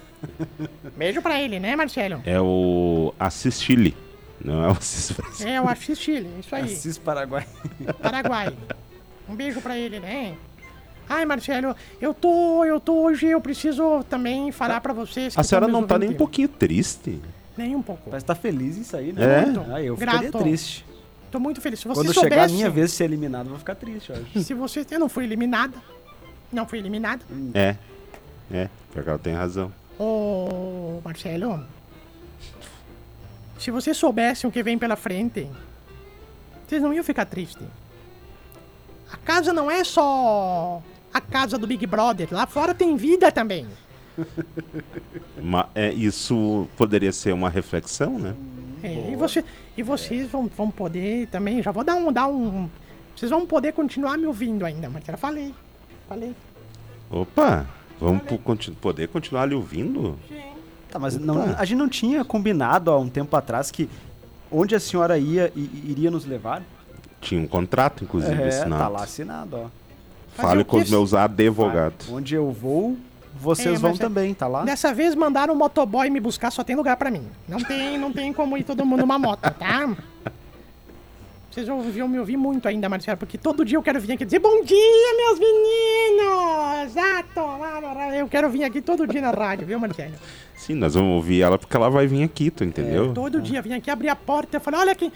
Speaker 1: Beijo pra ele, né, Marcelo?
Speaker 3: É o Assis Chile. Não é o Assis Brasil.
Speaker 1: É, o Assis Chile, isso aí.
Speaker 3: Assim.
Speaker 4: Assis Paraguai.
Speaker 1: Paraguai. Um beijo pra ele, né? Ai, Marcelo, eu tô, eu tô hoje, eu preciso também falar pra vocês. que
Speaker 3: A senhora
Speaker 1: são meus
Speaker 3: não tá nem um
Speaker 1: ouvintes.
Speaker 3: pouquinho triste?
Speaker 1: Nem um pouco.
Speaker 4: Mas tá feliz em sair, né?
Speaker 3: É?
Speaker 4: Muito. Ah, eu ficaria
Speaker 1: Grato.
Speaker 4: triste.
Speaker 1: Tô muito feliz. Se você
Speaker 4: Quando
Speaker 1: soubesse,
Speaker 4: chegar a minha vez de ser eliminado, eu vou ficar triste, eu acho.
Speaker 1: se você, eu não fui eliminada. Não fui eliminada.
Speaker 3: É. É. Pior que ela tem razão.
Speaker 1: Ô, Marcelo, se vocês soubessem o que vem pela frente, vocês não iam ficar tristes. A casa não é só a casa do Big Brother. Lá fora tem vida também.
Speaker 3: Ma- é, isso poderia ser uma reflexão, né?
Speaker 1: É, e, você, e vocês vão, vão poder também, já vou dar um, dar um. Vocês vão poder continuar me ouvindo ainda, Marcelo. Falei. Falei.
Speaker 3: Opa! Vamos pro conti- poder continuar lhe ouvindo?
Speaker 4: Tá, mas não- a gente não tinha combinado há um tempo atrás que onde a senhora ia e e iria nos levar?
Speaker 3: Tinha um contrato, inclusive,
Speaker 4: É,
Speaker 3: assinado.
Speaker 4: tá lá assinado, ó.
Speaker 1: Fazer
Speaker 3: Fale
Speaker 1: o
Speaker 3: com os
Speaker 1: quê?
Speaker 3: meus advogados.
Speaker 4: Onde eu vou,
Speaker 1: É,
Speaker 4: vocês vão
Speaker 1: mas é-
Speaker 4: também, tá lá?
Speaker 1: Dessa vez mandaram o motoboy me buscar, só tem lugar pra mim. Não tem, não tem como ir todo mundo numa moto, tá? Vocês vão, vão me ouvir muito ainda, Marcelo, porque todo dia eu quero vir aqui dizer bom dia, meus meninos! Ah, tomar no rabo. Eu quero vir aqui todo dia na rádio, viu, Marcelo?
Speaker 3: Sim, nós vamos ouvir ela porque ela vai vir aqui, tu entendeu? É.
Speaker 1: Todo dia vinha aqui abrir a porta e falar: olha aqui,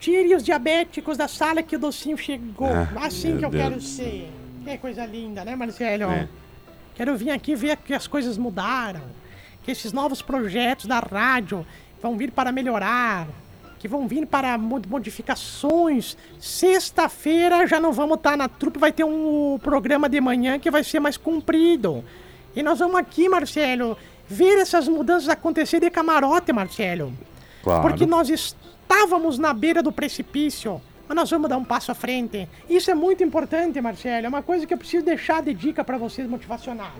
Speaker 1: tire os diabéticos da sala que o docinho chegou.
Speaker 3: Ah,
Speaker 1: assim
Speaker 3: meu
Speaker 1: que eu
Speaker 3: Deus.
Speaker 1: quero ser. Que coisa linda, né, Marcelo?
Speaker 3: É.
Speaker 1: Quero vir aqui ver que as coisas mudaram. Que esses novos projetos da rádio vão vir para melhorar. Que vão vir para mo- modificações. Sexta-feira já não vamos estar na trupe, vai ter um programa de manhã que vai ser mais comprido. E nós vamos aqui, Marcelo, ver essas mudanças acontecer de camarote, Marcelo.
Speaker 3: Claro.
Speaker 1: Porque nós estávamos na beira do precipício, mas nós vamos dar um passo à frente. Isso é muito importante, Marcelo. É uma coisa que eu preciso deixar de dica pra vocês motivacional.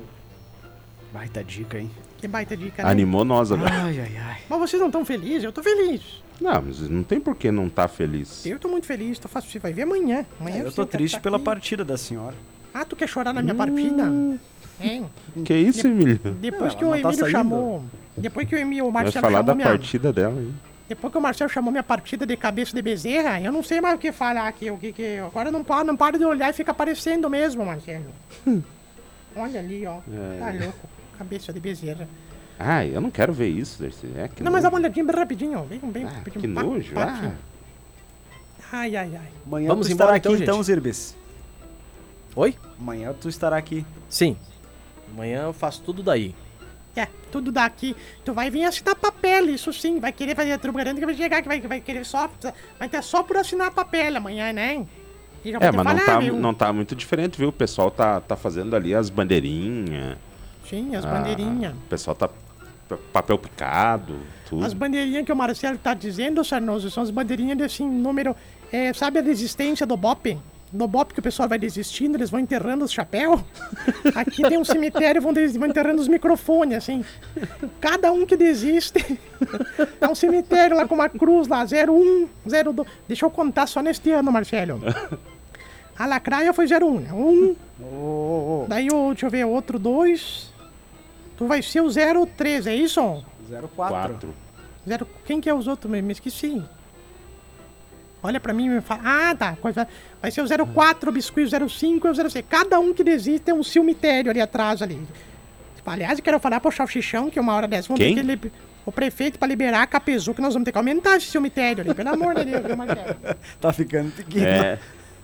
Speaker 4: Baita dica, hein?
Speaker 1: Que baita dica, né?
Speaker 3: Animou nós agora.
Speaker 4: Ai, ai, ai.
Speaker 1: Mas vocês não estão felizes? Eu tô feliz.
Speaker 3: Não, mas não tem por que não tá feliz.
Speaker 1: Eu tô muito feliz. Tô fácil. Você vai ver amanhã. amanhã
Speaker 4: É, Eu
Speaker 1: você
Speaker 4: tô
Speaker 1: quer
Speaker 4: triste
Speaker 1: tá
Speaker 4: pela
Speaker 1: aqui.
Speaker 4: partida da senhora.
Speaker 1: Ah, tu quer chorar na minha partida? Hein?
Speaker 3: Que isso, Emílio?
Speaker 1: Depois
Speaker 4: Hum. Não,
Speaker 1: que
Speaker 4: ela
Speaker 1: o
Speaker 4: não tá
Speaker 1: Emílio
Speaker 4: saindo.
Speaker 1: chamou. Depois que o Emílio, o
Speaker 3: Vai
Speaker 1: Marcelo
Speaker 3: falar
Speaker 1: chamou
Speaker 3: da
Speaker 1: minha.
Speaker 3: partida dela, hein?
Speaker 1: Depois que o Marcelo chamou minha partida de cabeça de bezerra, eu não sei mais o que falar aqui. O que, que... Agora não paro, não paro de olhar e fica aparecendo mesmo, Marcelo.
Speaker 3: Hum.
Speaker 1: Olha ali, ó.
Speaker 3: É.
Speaker 1: Tá louco. Cabeça de bezerra.
Speaker 3: Ai, Ah, eu não quero ver isso, Darcy. É que
Speaker 1: não, mas dá
Speaker 3: nojo.
Speaker 1: uma olhadinha bem rapidinho, ó. Bem, bem
Speaker 3: Ah,
Speaker 1: rapidinho.
Speaker 3: que
Speaker 1: Pá,
Speaker 3: nojo.
Speaker 1: pá,
Speaker 3: Ah,
Speaker 1: assim. Ai, ai, ai.
Speaker 4: Amanhã
Speaker 2: Vamos
Speaker 4: tu
Speaker 2: embora
Speaker 4: estará
Speaker 2: então,
Speaker 4: aqui, então,
Speaker 2: gente.
Speaker 4: Zirbis.
Speaker 2: Oi?
Speaker 4: Amanhã tu estará aqui.
Speaker 2: Sim. Amanhã eu faço tudo daí.
Speaker 1: É, tudo daqui. Tu vai vir assinar papel, isso sim. Vai querer fazer a truba grande que vai chegar, que vai, que vai querer só. Vai ter só por assinar papel amanhã, né? E já vou
Speaker 3: É,
Speaker 1: te
Speaker 3: mas não tá,
Speaker 1: viu?
Speaker 3: não tá muito diferente, viu? O pessoal tá, tá fazendo ali as bandeirinhas.
Speaker 1: Sim, as
Speaker 3: a-
Speaker 1: bandeirinhas.
Speaker 3: O pessoal tá p- papel picado, tudo.
Speaker 1: As bandeirinhas que o Marcelo tá dizendo, Sarnoso, são as bandeirinhas desse número. é, sabe a desistência do Bop? No Bop que o pessoal vai desistindo, eles vão enterrando os chapéus. Aqui tem um cemitério, vão, des- vão enterrando os microfones, assim. Cada um que desiste. É um cemitério lá com uma cruz lá, 01, 02. Deixa eu contar só neste ano, Marcelo. A Lacraia foi 01, né? 1,
Speaker 4: Ô, ô, ô.
Speaker 1: daí o, deixa eu ver, outro 2. Tu vai ser o 03, é isso?
Speaker 4: 04.
Speaker 3: Quatro.
Speaker 1: Zero, quem que é os outros mesmo? Me esqueci. Olha pra mim e me fala. Ah, tá. coisa- Vai ser o 04, o biscuit, o 05 e o 06. Cada um que desiste tem um cemitério ali atrás ali. Aliás, eu quero falar pro Salsichão que uma hora dessa vamos
Speaker 3: Quem?
Speaker 1: ter que li- o prefeito pra liberar a Capezu, que nós vamos ter que aumentar esse cemitério ali, pelo amor de Deus, viu, Marcelo?
Speaker 4: Tá ficando pequeno.
Speaker 3: É,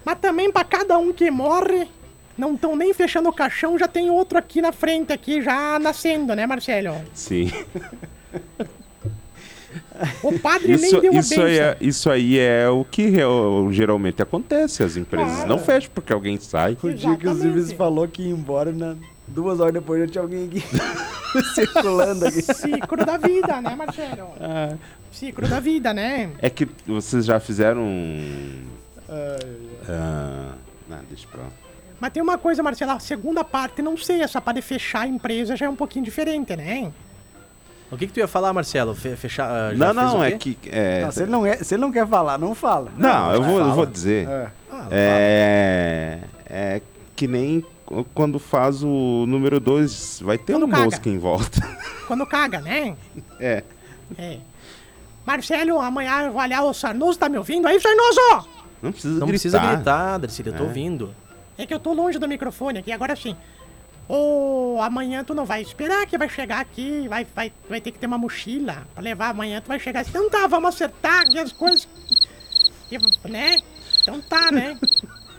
Speaker 1: Mas também pra cada um que morre, Não estão nem fechando o caixão, já tem outro aqui na frente, aqui já nascendo, né, Marcelo?
Speaker 3: Sim.
Speaker 1: O padre nem
Speaker 3: Isso,
Speaker 1: deu
Speaker 3: isso,
Speaker 1: a
Speaker 3: aí
Speaker 1: benção.
Speaker 3: é, isso aí é o que real- geralmente acontece. As empresas não fecham porque alguém sai.
Speaker 4: O dia que o
Speaker 1: Exatamente.
Speaker 4: Zibis falou que ia embora, na... duas horas depois já tinha alguém aqui circulando aqui.
Speaker 1: Ciclo da vida, né, Marcelo? Ciclo da vida, né?
Speaker 3: É que vocês já fizeram. um- Ah, não, deixa pra lá.
Speaker 1: Mas tem uma coisa, Marcelo, a segunda parte, não sei, essa parte de fechar a empresa já é um pouquinho diferente, né?
Speaker 2: O que, que tu ia falar, Marcelo? Fe- Fechar. ah, já
Speaker 3: Não,
Speaker 2: fez o
Speaker 3: não, é
Speaker 2: quê?
Speaker 3: que. é-
Speaker 4: Não, se, ele não é- se ele não quer falar, não fala.
Speaker 3: Não, eu vou, eu
Speaker 4: fala.
Speaker 3: vou dizer.
Speaker 4: É.
Speaker 3: É, é que nem qu- quando faz o número 2, vai ter
Speaker 1: Quando
Speaker 3: um
Speaker 1: caga.
Speaker 3: mosca em volta.
Speaker 1: Quando caga, né?
Speaker 3: É.
Speaker 1: É. Marcelo, amanhã eu vou olhar o Sarnoso, tá me ouvindo aí, Sarnoso?
Speaker 3: Não precisa
Speaker 2: Não
Speaker 3: gritar.
Speaker 2: precisa gritar, Darcília, eu tô
Speaker 3: É.
Speaker 2: ouvindo.
Speaker 1: É que eu tô longe do microfone aqui, agora sim. Ou amanhã tu não vai esperar que vai chegar aqui, vai, vai, vai ter que ter uma mochila pra levar amanhã, tu vai chegar assim, então tá, vamos acertar aqui as coisas. E, né? Então tá, né?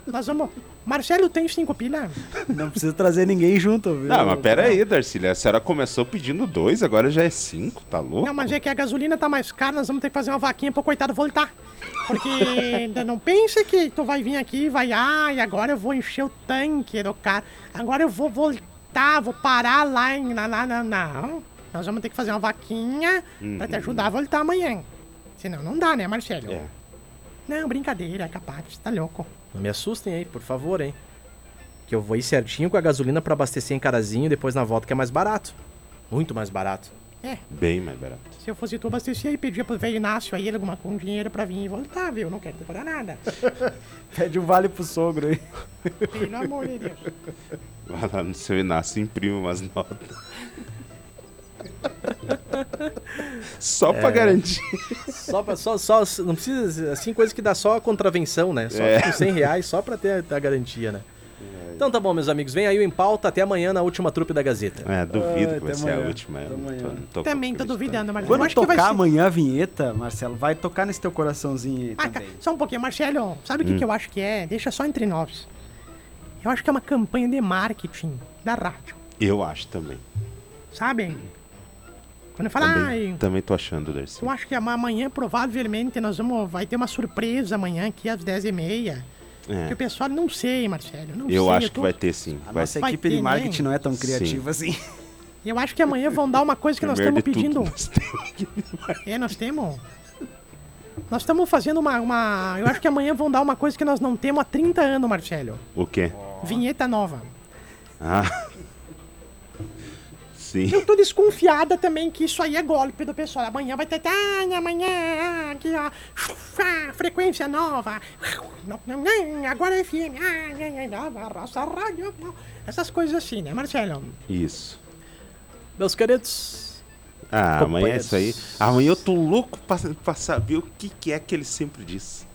Speaker 1: Nós vamos. Marcelo, tem cinco pila?
Speaker 4: Não precisa trazer ninguém junto, viu?
Speaker 3: Não, mas pera aí, Darcília. A senhora começou pedindo 2, agora já é 5, tá louco?
Speaker 1: Não, mas é que a gasolina tá mais cara, nós vamos ter que fazer uma vaquinha pro coitado voltar. Porque não pensa que tu vai vir aqui e vai, ai, agora eu vou encher o tanque do cara. Agora eu vou voltar, vou parar lá em. Não, não, não, não. Nós vamos ter que fazer uma vaquinha pra te
Speaker 4: Uhum.
Speaker 1: ajudar a voltar amanhã. Senão não dá, né, Marcelo?
Speaker 3: É.
Speaker 1: Não, brincadeira, é capaz, tá louco.
Speaker 2: Não me assustem aí, por favor, hein? Que eu vou ir certinho com a gasolina pra abastecer em carazinho depois na volta, que é mais barato. Muito mais barato.
Speaker 3: Bem mais barato.
Speaker 1: Se eu fosse tu, abastecia e pedia pro velho Inácio aí alguma com dinheiro pra vir e voltar, viu? Não quero decorar nada.
Speaker 4: Pede um vale pro sogro aí.
Speaker 1: Pelo amor de Deus.
Speaker 3: Vai lá no seu Inácio e imprime umas notas. Só
Speaker 4: É.
Speaker 3: pra garantir.
Speaker 2: Só pra, só, só, não precisa, assim, coisa que dá só a contravenção, né? Só
Speaker 3: É.
Speaker 2: tipo 100 reais, só pra ter a, a garantia, né? Então tá bom, meus amigos, vem aí o Em Pauta, até amanhã na última trupe da Gazeta.
Speaker 3: É, duvido
Speaker 4: Ai,
Speaker 3: que vai
Speaker 4: até
Speaker 3: ser
Speaker 4: amanhã.
Speaker 3: a última. Eu
Speaker 4: Até
Speaker 3: não tô,
Speaker 4: amanhã.
Speaker 3: não tô
Speaker 1: Também tô
Speaker 3: acreditando.
Speaker 1: duvidando, Marcelo. Eu
Speaker 4: Tá Quando
Speaker 1: acho que vai
Speaker 4: tocar
Speaker 1: ser-
Speaker 4: amanhã a vinheta, Marcelo, vai tocar nesse teu coraçãozinho aí
Speaker 1: Ah, cara,
Speaker 4: também.
Speaker 1: só um pouquinho, Marcelo. Sabe o
Speaker 3: Hum.
Speaker 1: que, que eu acho que é? Deixa só entre nós. Eu acho que é uma campanha de marketing da rádio,
Speaker 3: Eu acho também.
Speaker 1: sabe? Quando fala,
Speaker 3: Também,
Speaker 1: ai,
Speaker 3: também tô achando, Darcy.
Speaker 1: eu acho que ama- amanhã, provavelmente, nós vamos. Vai ter uma surpresa amanhã aqui às 10h30.
Speaker 3: É,
Speaker 1: Que Ah, o pessoal não sei, Marcelo. Não
Speaker 3: eu
Speaker 1: sei,
Speaker 3: acho que
Speaker 1: tô-
Speaker 3: vai ter sim.
Speaker 4: A
Speaker 3: Vai
Speaker 4: nossa
Speaker 1: Vai
Speaker 4: equipe
Speaker 1: ter,
Speaker 4: de marketing
Speaker 1: né?
Speaker 4: não é tão
Speaker 3: Sim.
Speaker 4: criativa assim.
Speaker 1: Eu acho que amanhã vão dar uma coisa que nós
Speaker 3: Primeiro
Speaker 1: estamos
Speaker 3: É de
Speaker 1: pedindo.
Speaker 3: tudo, nós temos-
Speaker 1: É, nós temos. Nós estamos fazendo uma, uma. Eu acho que amanhã vão dar uma coisa que nós não temos há 30 anos, Marcelo.
Speaker 3: O quê?
Speaker 1: Vinheta nova.
Speaker 3: Ah. Sim.
Speaker 1: Eu tô desconfiada também que isso aí é golpe do pessoal. Amanhã vai ter. Ah, amanhã, aqui ó. Ah, frequência nova. Não, não, não, Agora é FM. Ah, não, não, não, Nossa rádio. não. Essas coisas assim, né, Marcelo?
Speaker 3: Isso.
Speaker 2: Meus queridos,
Speaker 3: Ah, amanhã é
Speaker 2: Companheiros.
Speaker 3: isso aí. Amanhã eu tô louco pra, pra saber o que, que é que ele sempre diz.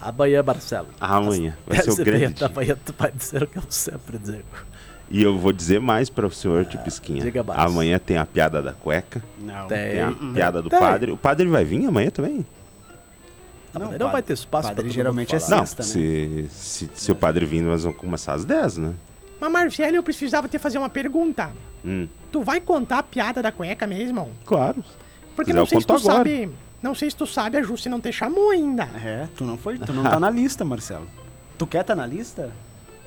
Speaker 2: amanhã, Marcelo.
Speaker 3: Amanhã. Vai ser o
Speaker 2: Você
Speaker 3: grande
Speaker 2: vem, tá,
Speaker 3: dia.
Speaker 2: Amanhã tu vai dizer o que eu sempre digo.
Speaker 3: E eu vou dizer mais para o senhor de Pisquinha.
Speaker 2: diga mais.
Speaker 3: Amanhã tem a piada da cueca,
Speaker 4: Não.
Speaker 2: Tem.
Speaker 3: tem a piada do
Speaker 2: Tem.
Speaker 3: padre. O padre vai vir amanhã também?
Speaker 2: Não, vai
Speaker 4: Não, padre.
Speaker 2: ter espaço
Speaker 4: Padre
Speaker 2: pra todo mundo
Speaker 4: geralmente é
Speaker 2: falar.
Speaker 4: Tá,
Speaker 3: Não,
Speaker 4: mas também.
Speaker 3: se, se, se o padre vir, nós vamos começar às 10, né?
Speaker 1: Mas, Marcelo, eu precisava te fazer uma pergunta.
Speaker 3: Hum,
Speaker 1: Tu vai contar a piada da cueca mesmo?
Speaker 3: claro.
Speaker 1: Porque
Speaker 3: Mas
Speaker 1: não
Speaker 3: eu
Speaker 1: sei se tu
Speaker 3: conto agora.
Speaker 1: sabe. Não sei se tu sabe, a Jussi não te chamou ainda.
Speaker 4: É, tu não foi, tu não tá na lista, Marcelo. Tu quer tá na lista?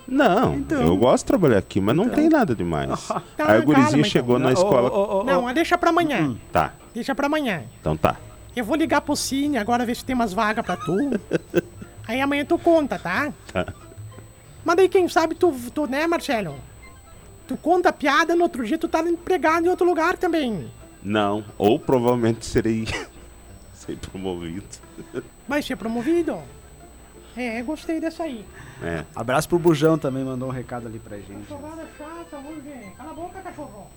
Speaker 3: Não,
Speaker 4: Então.
Speaker 3: eu gosto de trabalhar aqui, mas não tem nada demais. Aí o
Speaker 1: calma,
Speaker 3: gurizinho
Speaker 1: então.
Speaker 3: chegou na escola.
Speaker 4: Ô, ô, Hum. ô, ô,
Speaker 1: Não, mas deixa pra amanhã.
Speaker 3: Tá,
Speaker 1: Deixa pra amanhã.
Speaker 3: então tá.
Speaker 1: Eu vou ligar pro Cine agora ver se tem umas vagas pra tu. Aí amanhã tu conta, tá?
Speaker 3: Tá.
Speaker 1: Mas daí quem sabe tu, tu né, Marcelo? Tu conta a piada, no outro dia tu tá empregado em outro lugar também.
Speaker 3: Não, ou provavelmente serei, serei promovido.
Speaker 1: Vai ser promovido. É, gostei dessa aí.
Speaker 3: É.
Speaker 4: Abraço pro Bujão também, mandou um recado ali pra gente.
Speaker 1: Cachorrada chata hoje. Cala a boca, cachorro.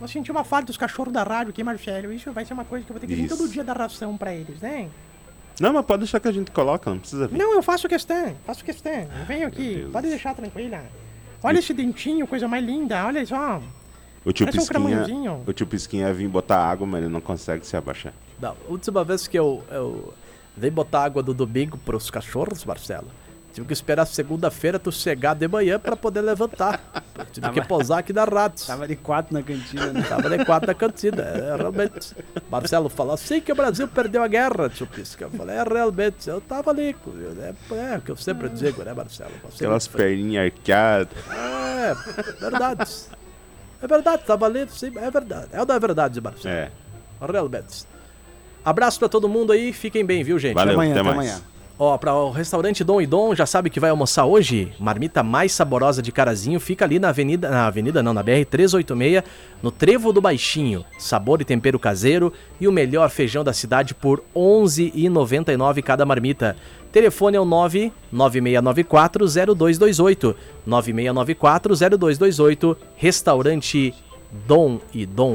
Speaker 1: Vou sentir uma falta dos cachorros da rádio aqui, Marcelo. Isso vai ser uma coisa que eu vou ter que vir
Speaker 3: Isso.
Speaker 1: todo dia dar ração pra eles, né?
Speaker 3: Não, mas pode deixar que a gente coloca, não precisa vir.
Speaker 1: Não, eu faço questão, faço questão. Eu venho aqui,
Speaker 3: Deus.
Speaker 1: pode deixar tranquila. Olha esse dentinho, coisa mais linda, olha só.
Speaker 3: O tio
Speaker 1: Parece um
Speaker 3: Pisquinha,
Speaker 1: cramunzinho.
Speaker 3: o tio Pisquinha ia vir botar água, mas ele não consegue se abaixar.
Speaker 2: Não, a última vez que eu, eu dei botar água do domingo pros cachorros, Marcelo, Tive que esperar segunda-feira tu chegar de manhã pra poder levantar. Tive que pousar aqui na Ratos.
Speaker 4: Tava de quatro na cantina, né?
Speaker 2: Tava de quatro na cantina, é, realmente. Marcelo falou assim que o Brasil perdeu a guerra, tio Pisca. Eu falei, é, realmente, eu tava ali. co- É, é o que eu sempre digo, né, Marcelo? Você
Speaker 3: Aquelas
Speaker 2: foi-
Speaker 3: perninhas arqueadas.
Speaker 2: É, verdade. É verdade, tava ali, sim, é verdade. É ou não é verdade, Marcelo?
Speaker 3: É.
Speaker 2: Realmente. Abraço pra todo mundo aí, fiquem bem, viu, gente?
Speaker 3: Valeu,
Speaker 4: amanhã,
Speaker 3: até
Speaker 4: até
Speaker 3: mais.
Speaker 4: amanhã.
Speaker 2: Ó, para o restaurante Dom e Dom, já sabe que vai almoçar hoje? Marmita mais saborosa de Carazinho fica ali na Avenida, na Avenida não, na BR 386, no Trevo do Baixinho. Sabor e tempero caseiro e o melhor feijão da cidade por R$ 11,99 cada marmita. Telefone é o 996940228. 96940228, Restaurante Dom e Dom.